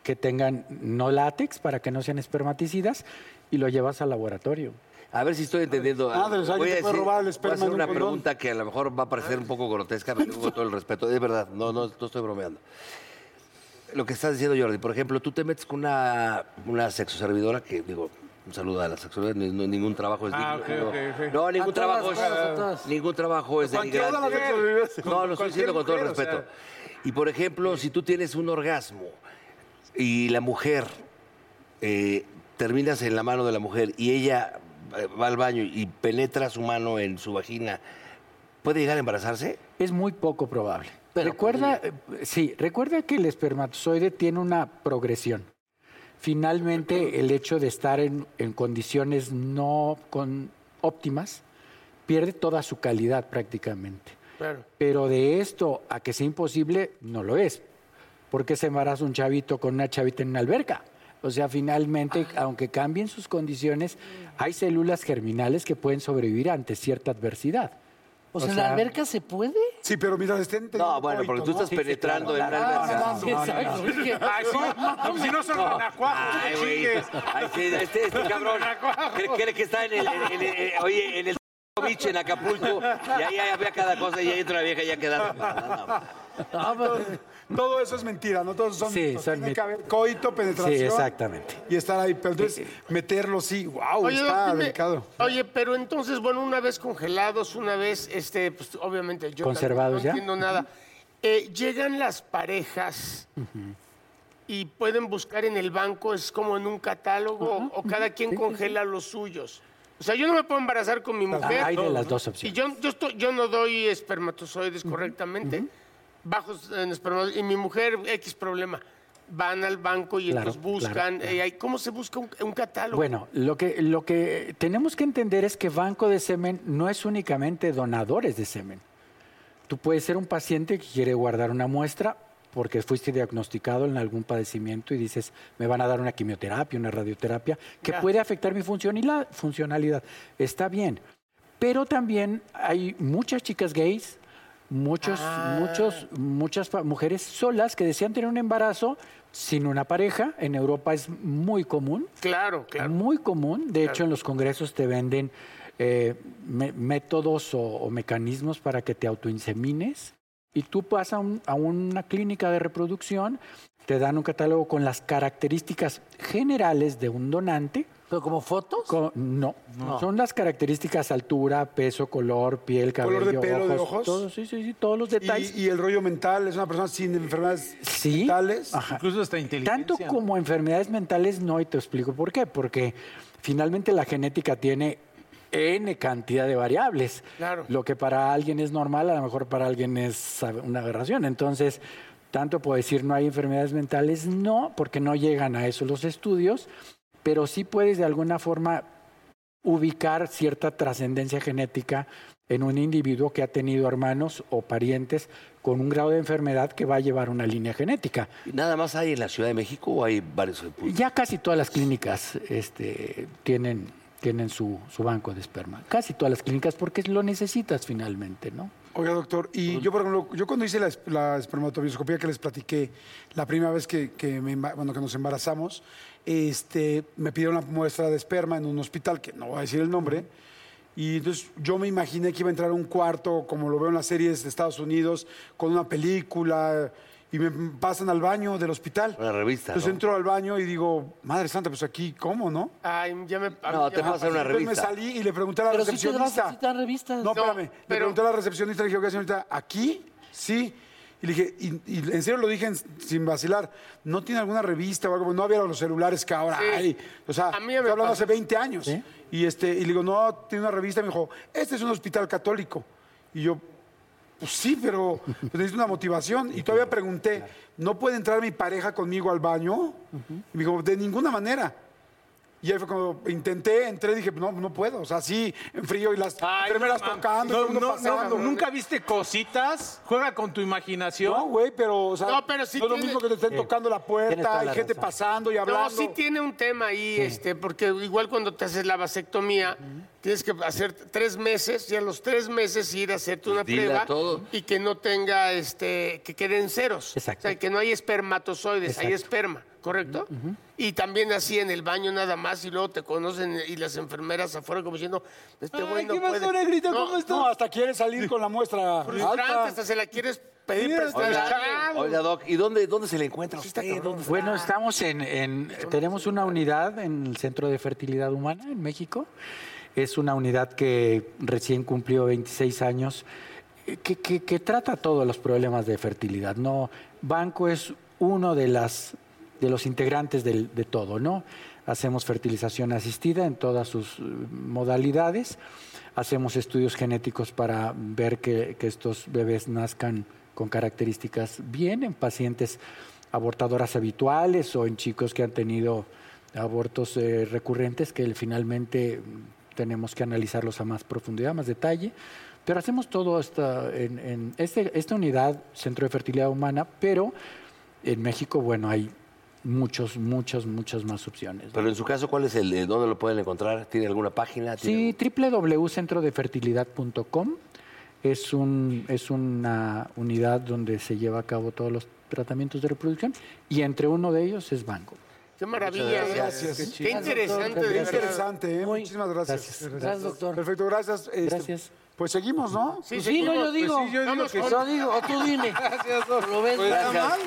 que tengan no látex para que no sean espermaticidas y lo llevas al laboratorio. A ver si estoy entendiendo. algo. Madres, alguien voy a te puede decir- robar el voy a esperma hacer de un una condón. pregunta que a lo mejor va a parecer un poco grotesca, pero con todo el respeto. Es verdad, no, no, no estoy bromeando. Lo que estás diciendo, Jordi, por ejemplo, tú te metes con una, una sexoservidora que, digo, un saludo a la sexoservidora, ni- no- ningún trabajo es digno. Ah, ok, no, ok, ok. no, ningún A todas, trabajo es, a todas, a todas. ningún trabajo es Con cualquier denigrante. mujer. pues, No, lo estoy Cualquier diciendo con todo el mujer, o sea. respeto. Y por ejemplo, si tú tienes un orgasmo y la mujer eh, terminas en la mano de la mujer y ella eh, va al baño y penetra su mano en su vagina, ¿puede llegar a embarazarse? Es muy poco probable. recuerda, eh, sí, recuerda que el espermatozoide tiene una progresión. Finalmente, el hecho de estar en, en condiciones no con- óptimas pierde toda su calidad prácticamente. Claro. Pero de esto a que sea imposible, no lo es. Porque se embaraza un chavito con una chavita en una alberca. O sea, finalmente, aunque cambien sus condiciones, hay células germinales que pueden sobrevivir ante cierta adversidad. O sea, ¿en la alberca se puede? Sí, pero este mientras estén... No, bueno, porque tú estás penetrando en Ah, una Ah, alberca. Exacto. Dije, Ay, sí, no, si no son renacuajos, Ay, no güey. chingues. Ay, sí, este, este cabrón. ¿Cree, cree que está en el, en- en- en- oye, en el beach en Acapulco? Y ahí había cada cosa y ahí entra la vieja y ya queda. Ah, Todo eso es mentira, ¿no? Todos son... Ah, Sí, mitos. son Tiene mit- que haber coito, penetración. Sí, exactamente. Y estar ahí, pero entonces meterlo sí, wow, Oye, está doc, dime, delicado. Oye, pero entonces, bueno, una vez congelados, una vez, este, pues, obviamente yo Conservados ya. también no entiendo nada. Eh, llegan las parejas y pueden buscar en el banco, es como en un catálogo, o cada quien congela los suyos. O sea, yo no me puedo embarazar con mi mujer. Hay de las dos Y opciones. yo, yo, estoy- yo no doy espermatozoides correctamente, bajos en espermatozoides, y mi mujer, X problema. Van al banco y Claro, entonces buscan. claro, eh, ahí, ¿Cómo se busca un, un catálogo? Bueno, lo que, lo que tenemos que entender es que banco de semen no es únicamente donadores de semen. Tú puedes ser un paciente que quiere guardar una muestra porque fuiste diagnosticado en algún padecimiento y dices, me van a dar una quimioterapia, una radioterapia, que Ya. puede afectar mi funcionalidad, funcionalidad. Está bien. Pero también hay muchas chicas gays, muchos, muchos, muchas fa- mujeres solas que desean tener un embarazo sin una pareja. En Europa es muy común. Claro, claro. Muy común. De hecho, en los congresos te venden eh, me- métodos o, o mecanismos para que te autoinsemines. Y tú vas a, un- a una clínica de reproducción, te dan un catálogo con las características generales de un donante ¿Pero como fotos? no. No. Son las características, altura, peso, color, piel, cabello, Color de pelo, ojos, de ojos. todo, sí, sí, sí, todos los detalles. Y, y el rollo mental, es una persona sin enfermedades Sí. mentales. Incluso hasta inteligente. Tanto como enfermedades mentales, no, y te explico por qué. Porque finalmente la genética tiene N cantidad de variables. Claro. Lo que para alguien es normal, a lo mejor para alguien es sabe, una aberración. Entonces, tanto puedo decir no hay enfermedades mentales, no, porque no llegan a eso los estudios, pero sí puedes de alguna forma ubicar cierta trascendencia genética en un individuo que ha tenido hermanos o parientes con un grado de enfermedad que va a llevar una línea genética. ¿Nada más hay en la Ciudad de México o hay varios puntos? Pues Ya casi todas las clínicas este, tienen, tienen su, su banco de esperma. Casi todas las clínicas porque lo necesitas finalmente, ¿no? Oiga, doctor, y yo, por ejemplo, yo cuando hice la, es- la espermatobioscopía que les platiqué la primera vez que, que me emba- bueno, que nos embarazamos, este, me pidieron una muestra de esperma en un hospital, que no voy a decir el nombre, y entonces yo me imaginé que iba a entrar a un cuarto, como lo veo en las series de Estados Unidos, con una película, y me pasan al baño del hospital. Una revista, Pues Entonces ¿no? entro al baño y digo, madre santa, pues aquí, ¿cómo, no? Ay, ya me. a No, mí ya me te vas Pues a una pasó. Entonces me revista. salí y le pregunté a la Pero sí te vas recepcionista. a citar revistas. No, No, espérame. Le pero- pregunté a la recepcionista, le dije, oiga, señorita, ¿aquí? Sí. Y le dije, y, y en serio lo dije en- sin vacilar, ¿no tiene alguna revista o algo? No había los celulares que ahora Sí. hay. O sea, A mí me estoy hablando pasó. hace 20 años. Y, este, y le digo, no, tiene una revista. Y me dijo, este es un hospital católico. Y yo, pues sí, pero pues necesito una motivación. Y todavía pregunté, ¿no puede entrar mi pareja conmigo al baño? Y me dijo, de ninguna manera. Y ahí fue cuando intenté, entré y dije, no, no puedo. O sea, sí, en frío y las Ay, primeras no mames. tocando. y todo No, el mundo no, pasaba, no, güey. ¿Nunca viste cositas? Juega con tu imaginación. No, güey, pero, o sea, No, pero sí no es lo tiene- mismo que te estén tocando la Tienes toda puerta, hay la gente razón. pasando y hablando. No, sí tiene un tema ahí, este, porque igual cuando te haces la vasectomía, tienes que hacer tres meses y a los tres meses ir a hacerte una Dile prueba a todo. y que no tenga, este, que queden ceros. Exacto. O sea, que no hay espermatozoides, hay esperma, ¿correcto? Y también así en el baño nada más y luego te conocen y las enfermeras afuera como diciendo, este güey no puede. No, No, hasta quiere salir con la muestra. frustrante, alta. hasta se la quieres pedir Mira, prestada. Oiga, Chavo. oiga, Doc, ¿y dónde, dónde se le encuentra usted? ¿Dónde está? Bueno, estamos en, en- tenemos una unidad en el Centro de Fertilidad Humana en México. Es una unidad que recién cumplió 26 años, eh, que, que- que trata todos los problemas de fertilidad. No, Banco es uno de las de los integrantes del- de todo, ¿no? Hacemos fertilización asistida en todas sus eh, modalidades. Hacemos estudios genéticos para ver que, que estos bebés nazcan con características bien en pacientes abortadoras habituales o en chicos que han tenido abortos eh, recurrentes que finalmente mm, tenemos que analizarlos a más profundidad, más detalle. Pero hacemos todo esta, en, en este- esta unidad, Centro de Fertilidad Humana, pero en México, bueno, hay muchos, muchas, muchas más opciones. ¿no? Pero en su caso, ¿cuál es el, eh, dónde lo pueden encontrar? ¿Tiene alguna página? ¿Tiene- Sí, www.centrodefertilidad.com es, un, es una unidad donde se lleva a cabo todos los tratamientos de reproducción y entre uno de ellos es Banco. Qué maravilla. ¿eh? gracias. Qué interesante, Qué de verdad. interesante, ¿eh? Muy- Muchísimas gracias. Gracias. Gracias, doctor. Perfecto, gracias. Este, Gracias. Pues seguimos, ¿no? Sí, Pues sí, no, seguimos. yo digo. sí, yo digo Vamos que con- Yo digo, o tú dime. Gracias, Lo ves, Gracias. nada más.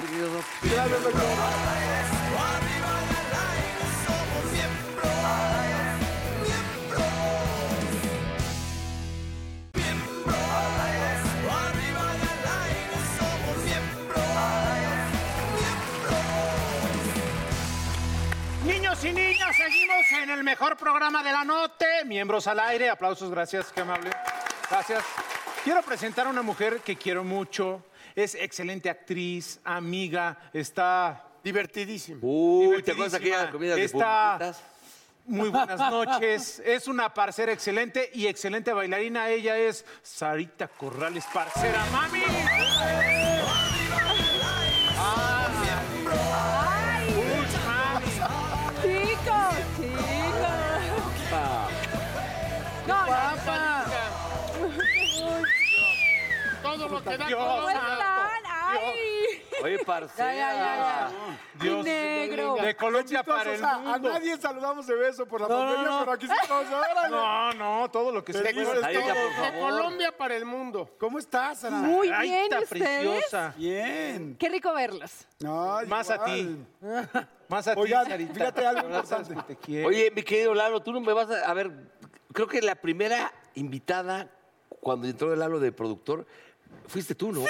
Niños y niñas, seguimos en el mejor programa de la noche. Miembros al aire, aplausos, gracias, qué amable. Gracias. Quiero presentar a una mujer que quiero mucho. Es excelente actriz, amiga, está Divertidísimo. Uy, ¿te acuerdas aquella Divertidísima. comida de Está- pulpitas? muy buenas noches. Es una parcera excelente y excelente bailarina. Ella es Sarita Corrales, parcera mami. Chicos, chicos. No, no, Todo lo que da. Dios, todo lo que ¿cómo da. están? ¡Ay! Oye, Ah. parcera. Dios. negro. De Colombia para O el sea, a mundo. nadie saludamos de beso por la No, no, pandemia, no. pero aquí estamos. órale. No, no, todo lo que se Felices pueda. Sarita, todos. por De favor. Colombia para el mundo. ¿Cómo estás, Ana? Muy Ay, bien, está ¿y ustedes. preciosa. Bien. Qué rico verlos. No, Más a ti. Ah. igual. Más a ti, Oigan, Sarita. fíjate pues, algo Abrazos importante. que te quiero. Oye, mi querido Lalo, tú no me vas a. A ver, creo que la primera invitada cuando entró el Lalo de productor fuiste tú, ¿no?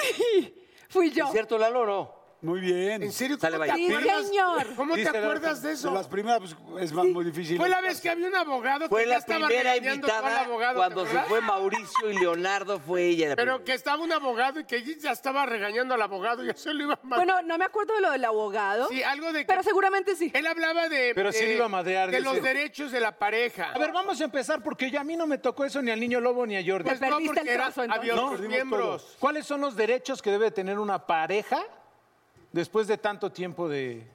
Fui yo. ¿Es cierto, Lalo, o no? Muy bien. ¿En serio? Sale, ¿Cómo te vaya. Sí, acuerdas? señor. ¿Cómo te Dice la- acuerdas de De eso? las primeras pues, es más muy difícil. Fue la vez que había un abogado Fue que ya la estaba primera regañando a todo el invitada abogado, ¿te cuando se acuerdas? fue Mauricio y Leonardo, fue ella. la Pero primera. que estaba un abogado y que ya estaba regañando al abogado, yo se lo iba a matar. Bueno, no me acuerdo de lo del abogado. Sí, algo de que- Pero seguramente sí. Él hablaba de, Pero sí de- lo iba a madrear, de los dice. derechos de la pareja. A ver, vamos a empezar porque ya a mí no me tocó eso ni al niño lobo ni a Jordi. pues Te no, perdiste porque el era- trozo, entonces. había No, otros perdimos miembros. ¿Cuáles son los derechos que debe tener una pareja después de tanto tiempo de...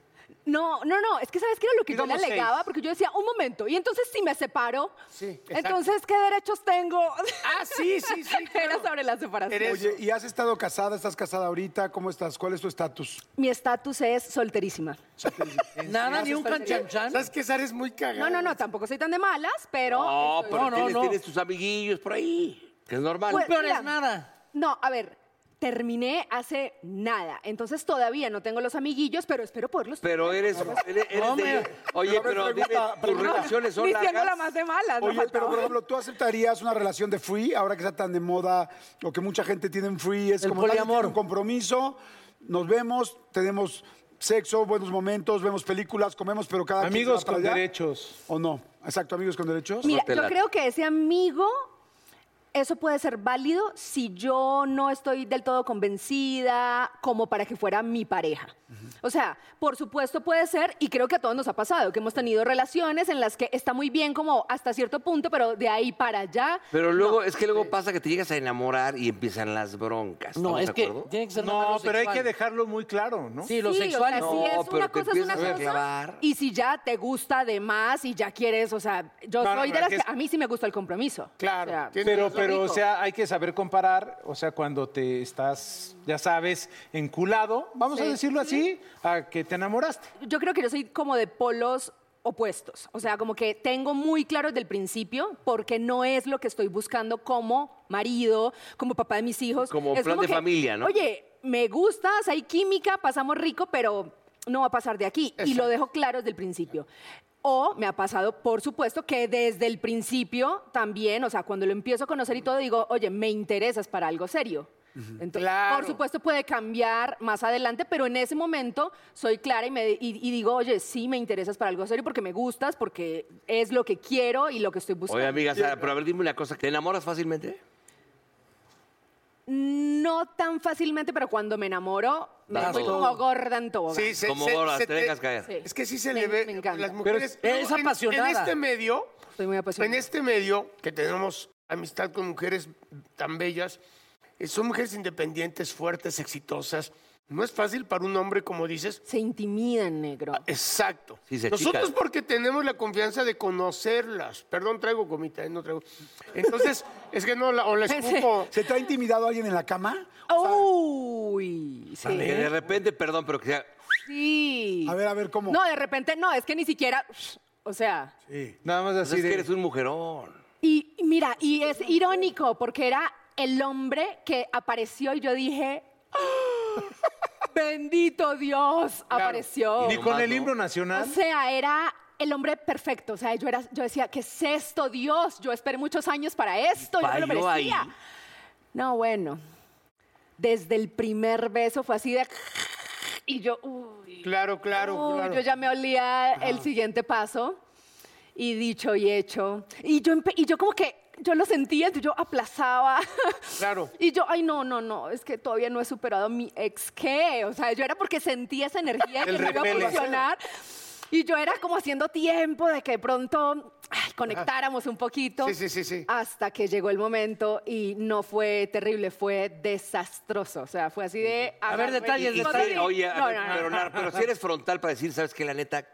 No, no, no. Es que sabes qué era lo que yo le Digamos seis. alegaba, porque yo decía, un momento. Y entonces si me separo, Sí, exacto. entonces ¿qué derechos tengo? Ah, sí, sí, sí, claro. Era sobre la separación. Eres- Oye, ¿y has estado casada? ¿Estás casada ahorita? ¿Cómo estás? ¿Cuál es tu estatus? Mi estatus es solterísima. Nada, ni un canchanchan. ¿Sabes qué, Sara? Es muy cagada. No, no, no, tampoco soy tan de malas, pero... No, estoy- pero No, no, tienes, no. tienes tus amiguillos por ahí, que es normal. Pues, peor mira, es nada. No, a ver, terminé hace nada. Entonces todavía no tengo los amiguillos, pero espero poderlos. Pero eres, eres- eres No, de- mira. Oye, Pero a pero ver, dime, pregunta, tus pregunta. relaciones son Diciéndola largas. más de malas. no Oye, pero faltaba. por ejemplo, ¿tú aceptarías una relación de free ahora que está tan de moda o que mucha gente tiene en free? Es El como nadie tiene poliamor. un compromiso, nos vemos, tenemos sexo, buenos momentos, vemos películas, comemos, pero cada quien se Amigos va para con allá. derechos. ¿O no? Exacto, amigos con derechos. Mira, Sotela. yo creo que ese amigo, eso puede ser válido si yo no estoy del todo convencida como para que fuera mi pareja. O sea, por supuesto puede ser, y creo que a todos nos ha pasado, que hemos tenido relaciones en las que está muy bien como hasta cierto punto, pero de ahí para allá. Pero luego, es que luego pasa que te llegas a enamorar y empiezan las broncas. No, ¿estamos es de que acuerdo? tiene que ser nada No, más lo pero hay que sexual. dejarlo muy claro, ¿no? Sí, lo Sí, o sea, sexual. sí No, es una pero te cosa, es una empiezas a cosa. clavar. Y si ya te gusta de más y ya quieres, o sea, yo No, no, soy de pero las que que, es- a mí sí me gusta el compromiso. Claro, O sea, tienes Pero, razón. pero, o rico. sea, hay que saber comparar, o sea, cuando te estás, ya sabes, enculado, vamos a Sí. decirlo así, a que te enamoraste. yo creo que yo soy como de polos opuestos. O sea, como que tengo muy claro desde el principio porque no es lo que estoy buscando como marido, como papá de mis hijos. Como Es plan de familia, ¿no? Oye, me gustas, hay química, pasamos rico, pero no va a pasar de aquí. Y lo dejo claro desde el principio. O me ha pasado, por supuesto, que desde el principio también, o sea, cuando lo empiezo a conocer y todo, digo, oye, me interesas para algo serio. Entonces, Claro. por supuesto, puede cambiar más adelante, pero en ese momento soy clara y, me, y- y digo, oye, sí me interesas para algo serio porque me gustas, porque es lo que quiero y lo que estoy pues, buscando. ah, Oye, amiga Sara, pero a ver, dime una cosa. ¿Te enamoras fácilmente? No tan fácilmente, pero cuando me enamoro, me Das voy todo. como gorda en tobogán. Sí, se- Como se- gorda, se te dejas caer. Sí. Es que sí se Me- le ve. me encanta. Las mujeres. Pero es- No, es apasionada. En, en este medio, Estoy muy en apasionada. este medio que tenemos amistad con mujeres tan bellas, eh, son mujeres independientes, fuertes, exitosas. No es fácil para un hombre, como dices. Ah, Se intimidan, negro. Exacto. Sí, se Nosotros achican. porque tenemos la confianza de conocerlas. Perdón, traigo comita, eh, no traigo. Entonces, es que no, la, o la escupo. ¿Se te ha intimidado alguien en la cama? Uy, sí. Que de repente, perdón, pero que sea... Sí. A ver, a ver, ¿cómo? No, de repente, no, es que ni siquiera, o sea... Nada más pues así es que de... eres un mujerón. Y y mira, y es irónico porque era el hombre que apareció y yo dije, ¡Ah! bendito Dios, Oh. apareció. Ni con el ¿no? himno O nacional. sea, era el hombre perfecto. O sea, yo, era, yo decía, ¿qué es esto, Dios? Yo esperé muchos años para esto, yo me lo Falló ahí. merecía. No, bueno, desde el primer beso fue así de... Y yo, uy, Claro, claro, Uy, claro. yo ya me olía el siguiente paso y dicho y hecho. Y yo, empe- y yo como que, yo lo sentía, yo aplazaba. Claro. Y yo, ay, no, no, no, es que todavía no he superado a mi ex, ¿qué? O sea, yo era porque sentía esa energía que El no iba a repele. funcionar. Y yo era como haciendo tiempo de que de pronto ay, conectáramos un poquito. Sí, sí, sí, sí. Hasta que llegó el momento y no fue terrible, fue desastroso. O sea, fue así de... A ver, agarré detalles, y- Y detalles. sí, oye, a No, ver, no, no. pero, na- pero si eres frontal para decir, ¿sabes qué? La neta,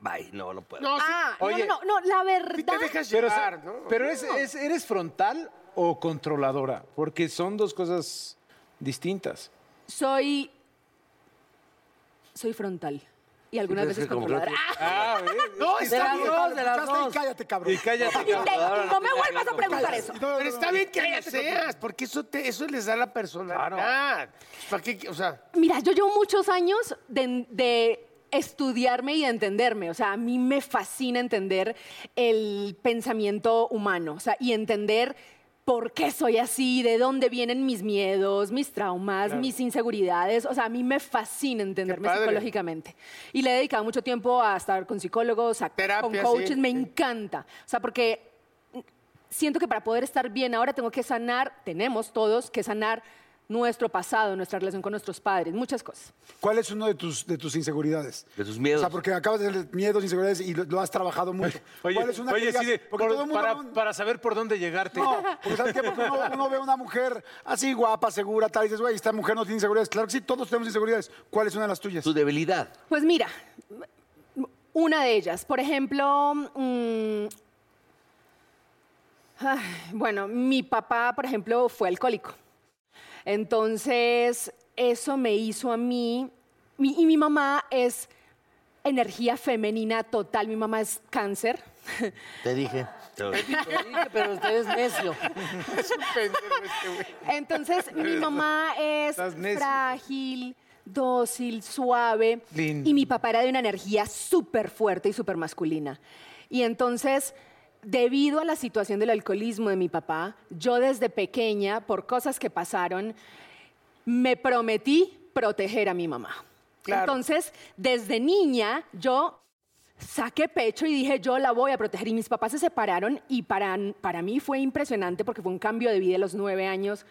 bye, no, no puedo. No, sí, Ah, Oye. no, no, no, la verdad. sí te dejas Pero, llevar, sa- ¿no? pero es- es- ¿eres frontal o controladora? Porque son dos cosas distintas. Soy. Soy frontal. Y algunas Sí, pero es veces que como controladora. que ¡Ah! Ah, ¿ves? No, De está las bien. dos, de las Escuchaste y dos. cállate, cabrón. Y cállate. Y te- cabrón. Ahora no no me te vuelvas a hagas preguntar eso. Pero está bien que lo seas, porque eso, te, eso les da la personalidad. ¿Para qué? O sea, Mira, yo llevo muchos años de, de estudiarme y entenderme. O sea, a mí me fascina entender el pensamiento humano, o sea, y entender por qué soy así, de dónde vienen mis miedos, mis traumas, mis inseguridades. O sea, a mí me fascina entenderme padre. psicológicamente. Y le he dedicado mucho tiempo a estar con psicólogos, a con Terapia, coaches, sí, me sí. encanta. O sea, porque siento que para poder estar bien ahora tengo que sanar, tenemos todos que sanar nuestro pasado, nuestra relación con nuestros padres, muchas cosas. ¿Cuál es uno de tus, de tus inseguridades? De tus miedos. O sea, porque acabas de tener miedos, inseguridades y lo, lo has trabajado mucho. Oye, ¿Cuál es una que oye, digas? sí, de- Porque por- todo el mundo para, habla un- para saber por dónde llegarte. No, porque ¿sabes qué? Porque uno, uno ve a una mujer así guapa, segura, tal, y dices, güey, esta mujer no tiene inseguridades. Claro que sí, todos tenemos inseguridades. ¿Cuál es una de las tuyas? Tu debilidad. Pues mira, m- una de ellas, por ejemplo, mm, ay, bueno, mi papá, por ejemplo, fue alcohólico. Entonces, eso me hizo a mí, mi- y mi mamá es energía femenina total, mi mamá es cáncer. Te dije. Te dije, pero usted es necio. Entonces, mi mamá es Estás este necio. frágil, dócil, suave. Lindo. Y mi papá era de una energía súper fuerte y súper masculina. Y entonces, debido a la situación del alcoholismo de mi papá, yo desde pequeña, por cosas que pasaron, me prometí proteger a mi mamá. Entonces, desde niña, yo saqué pecho y dije, yo la voy a proteger. Y mis papás se separaron y para, para mí fue impresionante porque fue un cambio de vida a los nueve años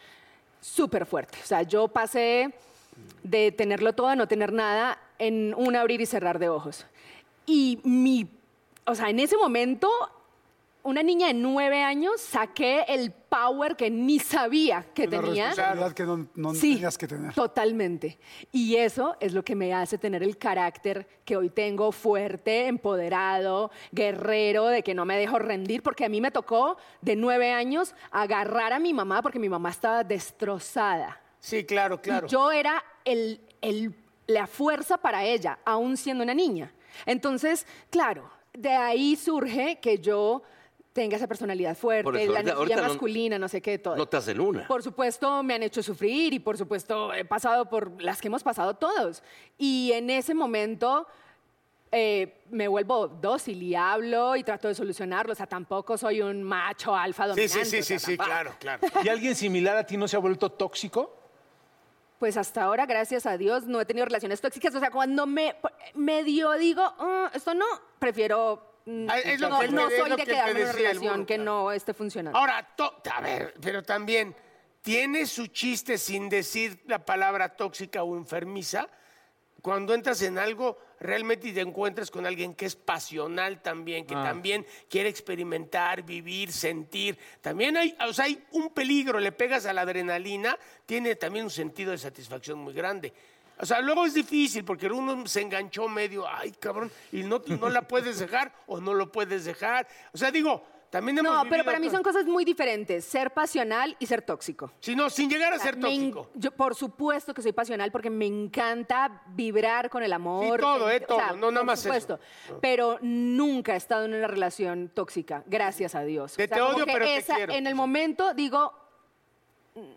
súper fuerte. O sea, yo pasé de tenerlo todo a no tener nada en un abrir y cerrar de ojos. Y mi, o sea, en ese momento, una niña de nueve años saqué el power que ni sabía que Una tenía. responsabilidad que no, no tenías que tener. Totalmente. Y eso es lo que me hace tener el carácter que hoy tengo fuerte, empoderado, guerrero, de que no me dejo rendir, porque a mí me tocó de nueve años agarrar a mi mamá porque mi mamá estaba destrozada. Sí, claro, Y claro. yo era el- el- la fuerza para ella, aún siendo una niña. Entonces, claro, de ahí surge que yo tenga esa personalidad fuerte, Por eso, la ahorita- energía ahorita no- masculina, no, sé qué, todo. No te hacen una. Por supuesto, me han hecho sufrir y por supuesto he pasado por las que hemos pasado todos. Y en ese momento eh, me vuelvo dócil y hablo y trato de solucionarlo. O sea, tampoco soy un macho alfa Sí, dominante. sí, sí, o sea, sí, sí, tampoco. claro, claro. ¿Y alguien similar a ti no se ha vuelto tóxico? Pues hasta ahora, gracias a Dios, no he tenido relaciones tóxicas. O sea, cuando me medio digo, "Ah, esto no, prefiero... mm, Ah, es lo no, que te- no es soy lo de que te quedarme en una decía el relación burro, que claro. no esté funcionando. Ahora, to- a ver, pero también, ¿tiene su chiste sin decir la palabra tóxica o enfermiza? Cuando entras en algo, realmente y te encuentras con alguien que es pasional también, Ah. que también quiere experimentar, vivir, sentir. También hay, o sea, hay un peligro, le pegas a la adrenalina, tiene también un sentido de satisfacción muy grande. O sea, luego es difícil porque uno se enganchó medio, ay cabrón, y no, no la puedes dejar o no lo puedes dejar. O sea, digo, también hemos no, pero vivido para mí otras- son cosas muy diferentes, ser pasional y ser tóxico. Sí, no, sin llegar a O sea, ser me en- tóxico. yo, por supuesto que soy pasional porque me encanta vibrar con el amor. Sí, todo, en- ¿eh? Todo, no nada por más eso. supuesto. Pero nunca he estado en una relación tóxica, gracias a Dios. De te como odio, que pero te esa- quiero. En el momento digo,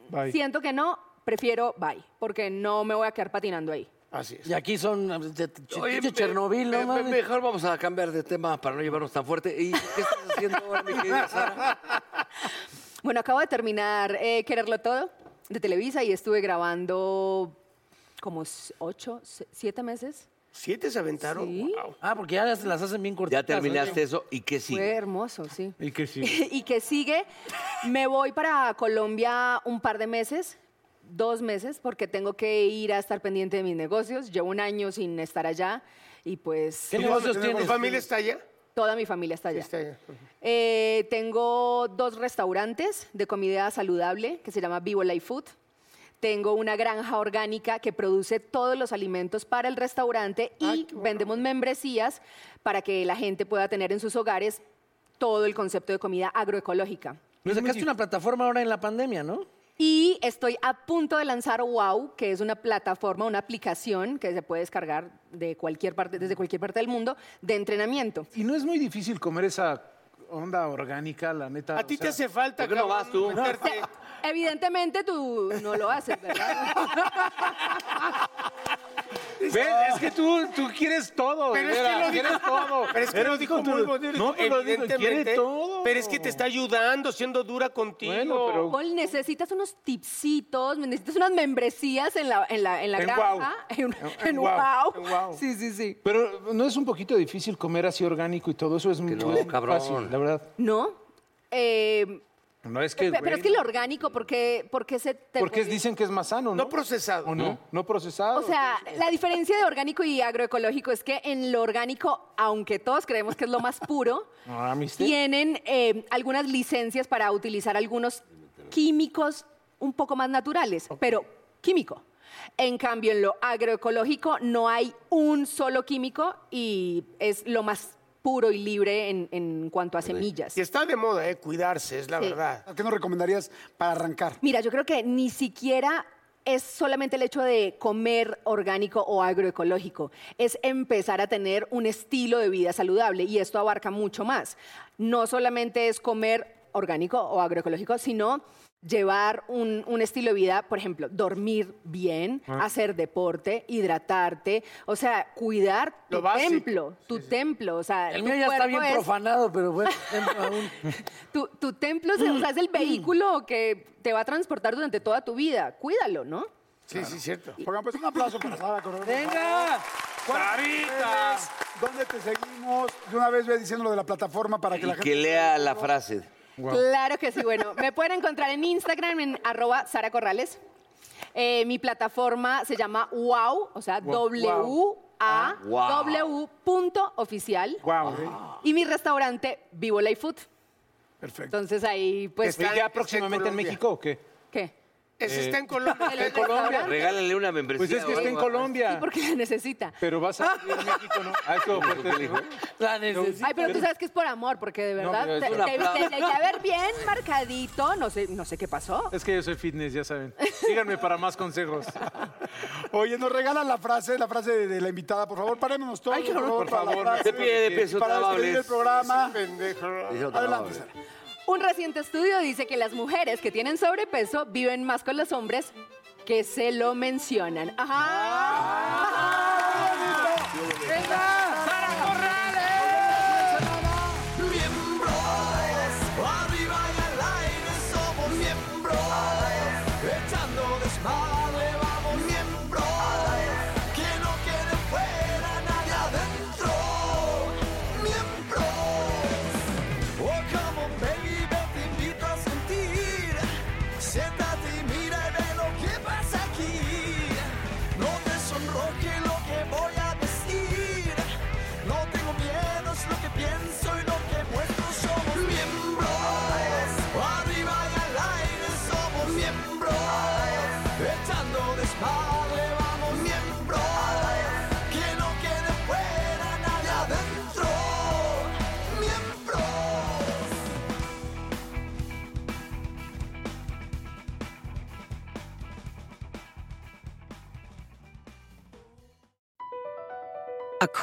Bye. siento que no, prefiero bye, porque no me voy a quedar patinando ahí. Así es. Y aquí son ah, de- ch- pinche me- Chernobyl, me- ¿no? me- mames? Mejor vamos a cambiar de tema para no llevarnos tan fuerte. ¿Y qué estás haciendo ahora, mi querida Sara? Bueno, acabo de terminar eh, Quererlo Todo de Televisa y estuve grabando como s- ocho, se- siete meses. ¿Siete se aventaron? Sí. Wow. Ah, porque ya las, las hacen bien cortitas. Ya ¿no? terminaste eso y qué Fue sigue. hermoso, sí. Y que sí. y que sigue. Me voy para Colombia un par de meses, dos meses, porque tengo que ir a estar pendiente de mis negocios. Llevo un año sin estar allá y pues ¿Qué negocios ¿Tu tienes? familia está allá? toda mi familia está allá. Está allá. Eh, tengo dos restaurantes de comida saludable que se llama Vivo Life Food. Tengo una granja orgánica que produce todos los alimentos para el restaurante y vendemos membresías para que la gente pueda tener en sus hogares todo el concepto de comida agroecológica. Me sacaste una plataforma ahora en la pandemia, ¿no? Y estoy a punto de lanzar Wow, que es una plataforma, una aplicación que se puede descargar de cualquier parte, desde cualquier parte del mundo, de entrenamiento. Y no es muy difícil comer esa onda orgánica, la neta. A ti o te sea, hace falta. ¿por qué no cabrón, vas tú? meterte. Evidentemente tú no lo haces, ¿verdad? ¿Ves? Es que tú, tú quieres todo. Pero es que Vera, lo dijo- quieres todo. Pero es que lo Eres dijo con tu- muy bonito. No, pero lo dijo, quiere todo. Pero es que te está ayudando, siendo dura contigo. Bueno, pero- Paul, necesitas unos tipsitos, necesitas unas membresías en la, en la, en la En granja. Guau. En, en en Guau. Guau, Sí, sí, sí. Pero no es un poquito difícil comer así orgánico y todo eso es muy no, es cabrón. fácil, la verdad. ¿No? Eh, No es que pe- pero es que güey, lo orgánico, ¿por qué, por qué se te porque puede- dicen que es más sano, ¿no? No procesado. ¿O no? No procesado. O sea, la diferencia de orgánico y agroecológico es que en lo orgánico, aunque todos creemos que es lo más puro, Ah, ¿viste? tienen eh, algunas licencias para utilizar algunos químicos un poco más naturales, pero químico. En cambio, en lo agroecológico no hay un solo químico y es lo más puro y libre en, en cuanto a semillas. Y está de moda, ¿eh? Cuidarse, es la Sí. verdad. ¿Qué nos recomendarías para arrancar? Mira, yo creo que ni siquiera es solamente el hecho de comer orgánico o agroecológico, es empezar a tener un estilo de vida saludable y esto abarca mucho más. No solamente es comer orgánico o agroecológico, sino llevar un, un estilo de vida, por ejemplo, dormir bien, hacer deporte, hidratarte, o sea, cuidar Lo tu básico. templo, tu templo, o sea, El tu mío ya está cuerpo bien es- profanado, pero bueno, dentro aún. tu, tu templo se- o sea, es el vehículo que te va a transportar durante toda tu vida. Cuídalo, ¿no? Sí, sí, cierto. Oigan, pues un aplauso para Sara Coronel. ¡Venga! ¡Sarita! ¿Dónde te seguimos? De una vez ve diciendo lo de la plataforma para que la Y gente... que lea la frase. Claro que sí. Bueno, me pueden encontrar en Instagram en arroba Sara Corrales. Eh, mi plataforma se llama Wow, o sea, W. A Wow. W punto oficial Guau. y mi restaurante Vivo Life Food. Perfecto. Entonces ahí pues ¿Y Está- ya próximamente en Colombia. México Eh, o qué? ¿qué? Ese está en Colombia. El restaurante, Regálale una membresía. Pues es que o está en algo. Colombia. porque se necesita. Pero vas a ir a México, ¿no? Ah, eso fuerte, dijo. La necesito. Ay, pero tú sabes que es por amor, porque de No, verdad pero es te, un te- te aplauso. llegué a ver bien marcadito, no sé, no sé qué pasó. Es que yo soy fitness, ya saben. Síganme para más consejos. Oye, nos regalan la frase, la frase de, de la invitada, por favor. Parémonos todos, por favor, por para la favor, frase, De pie, de pie, son Para despedir el amables. programa. Adelante, Son amables. Sara. Un reciente estudio dice que las mujeres que tienen sobrepeso viven más con los hombres que se lo mencionan. Ajá. Miembro arriba y al aire somos miembro echando desmadre vamos miembro que no quede fuera nadie adentro miembro oh come on baby te invito a sentir siéntate y mira y ve lo que pasa aquí no te sonroje lo que voy a decir no tengo miedo es lo que pienso y lo que muestro somos miembros arriba y al aire somos miembros echando desmadre vamos miembros que no quede fuera nadie adentro miembros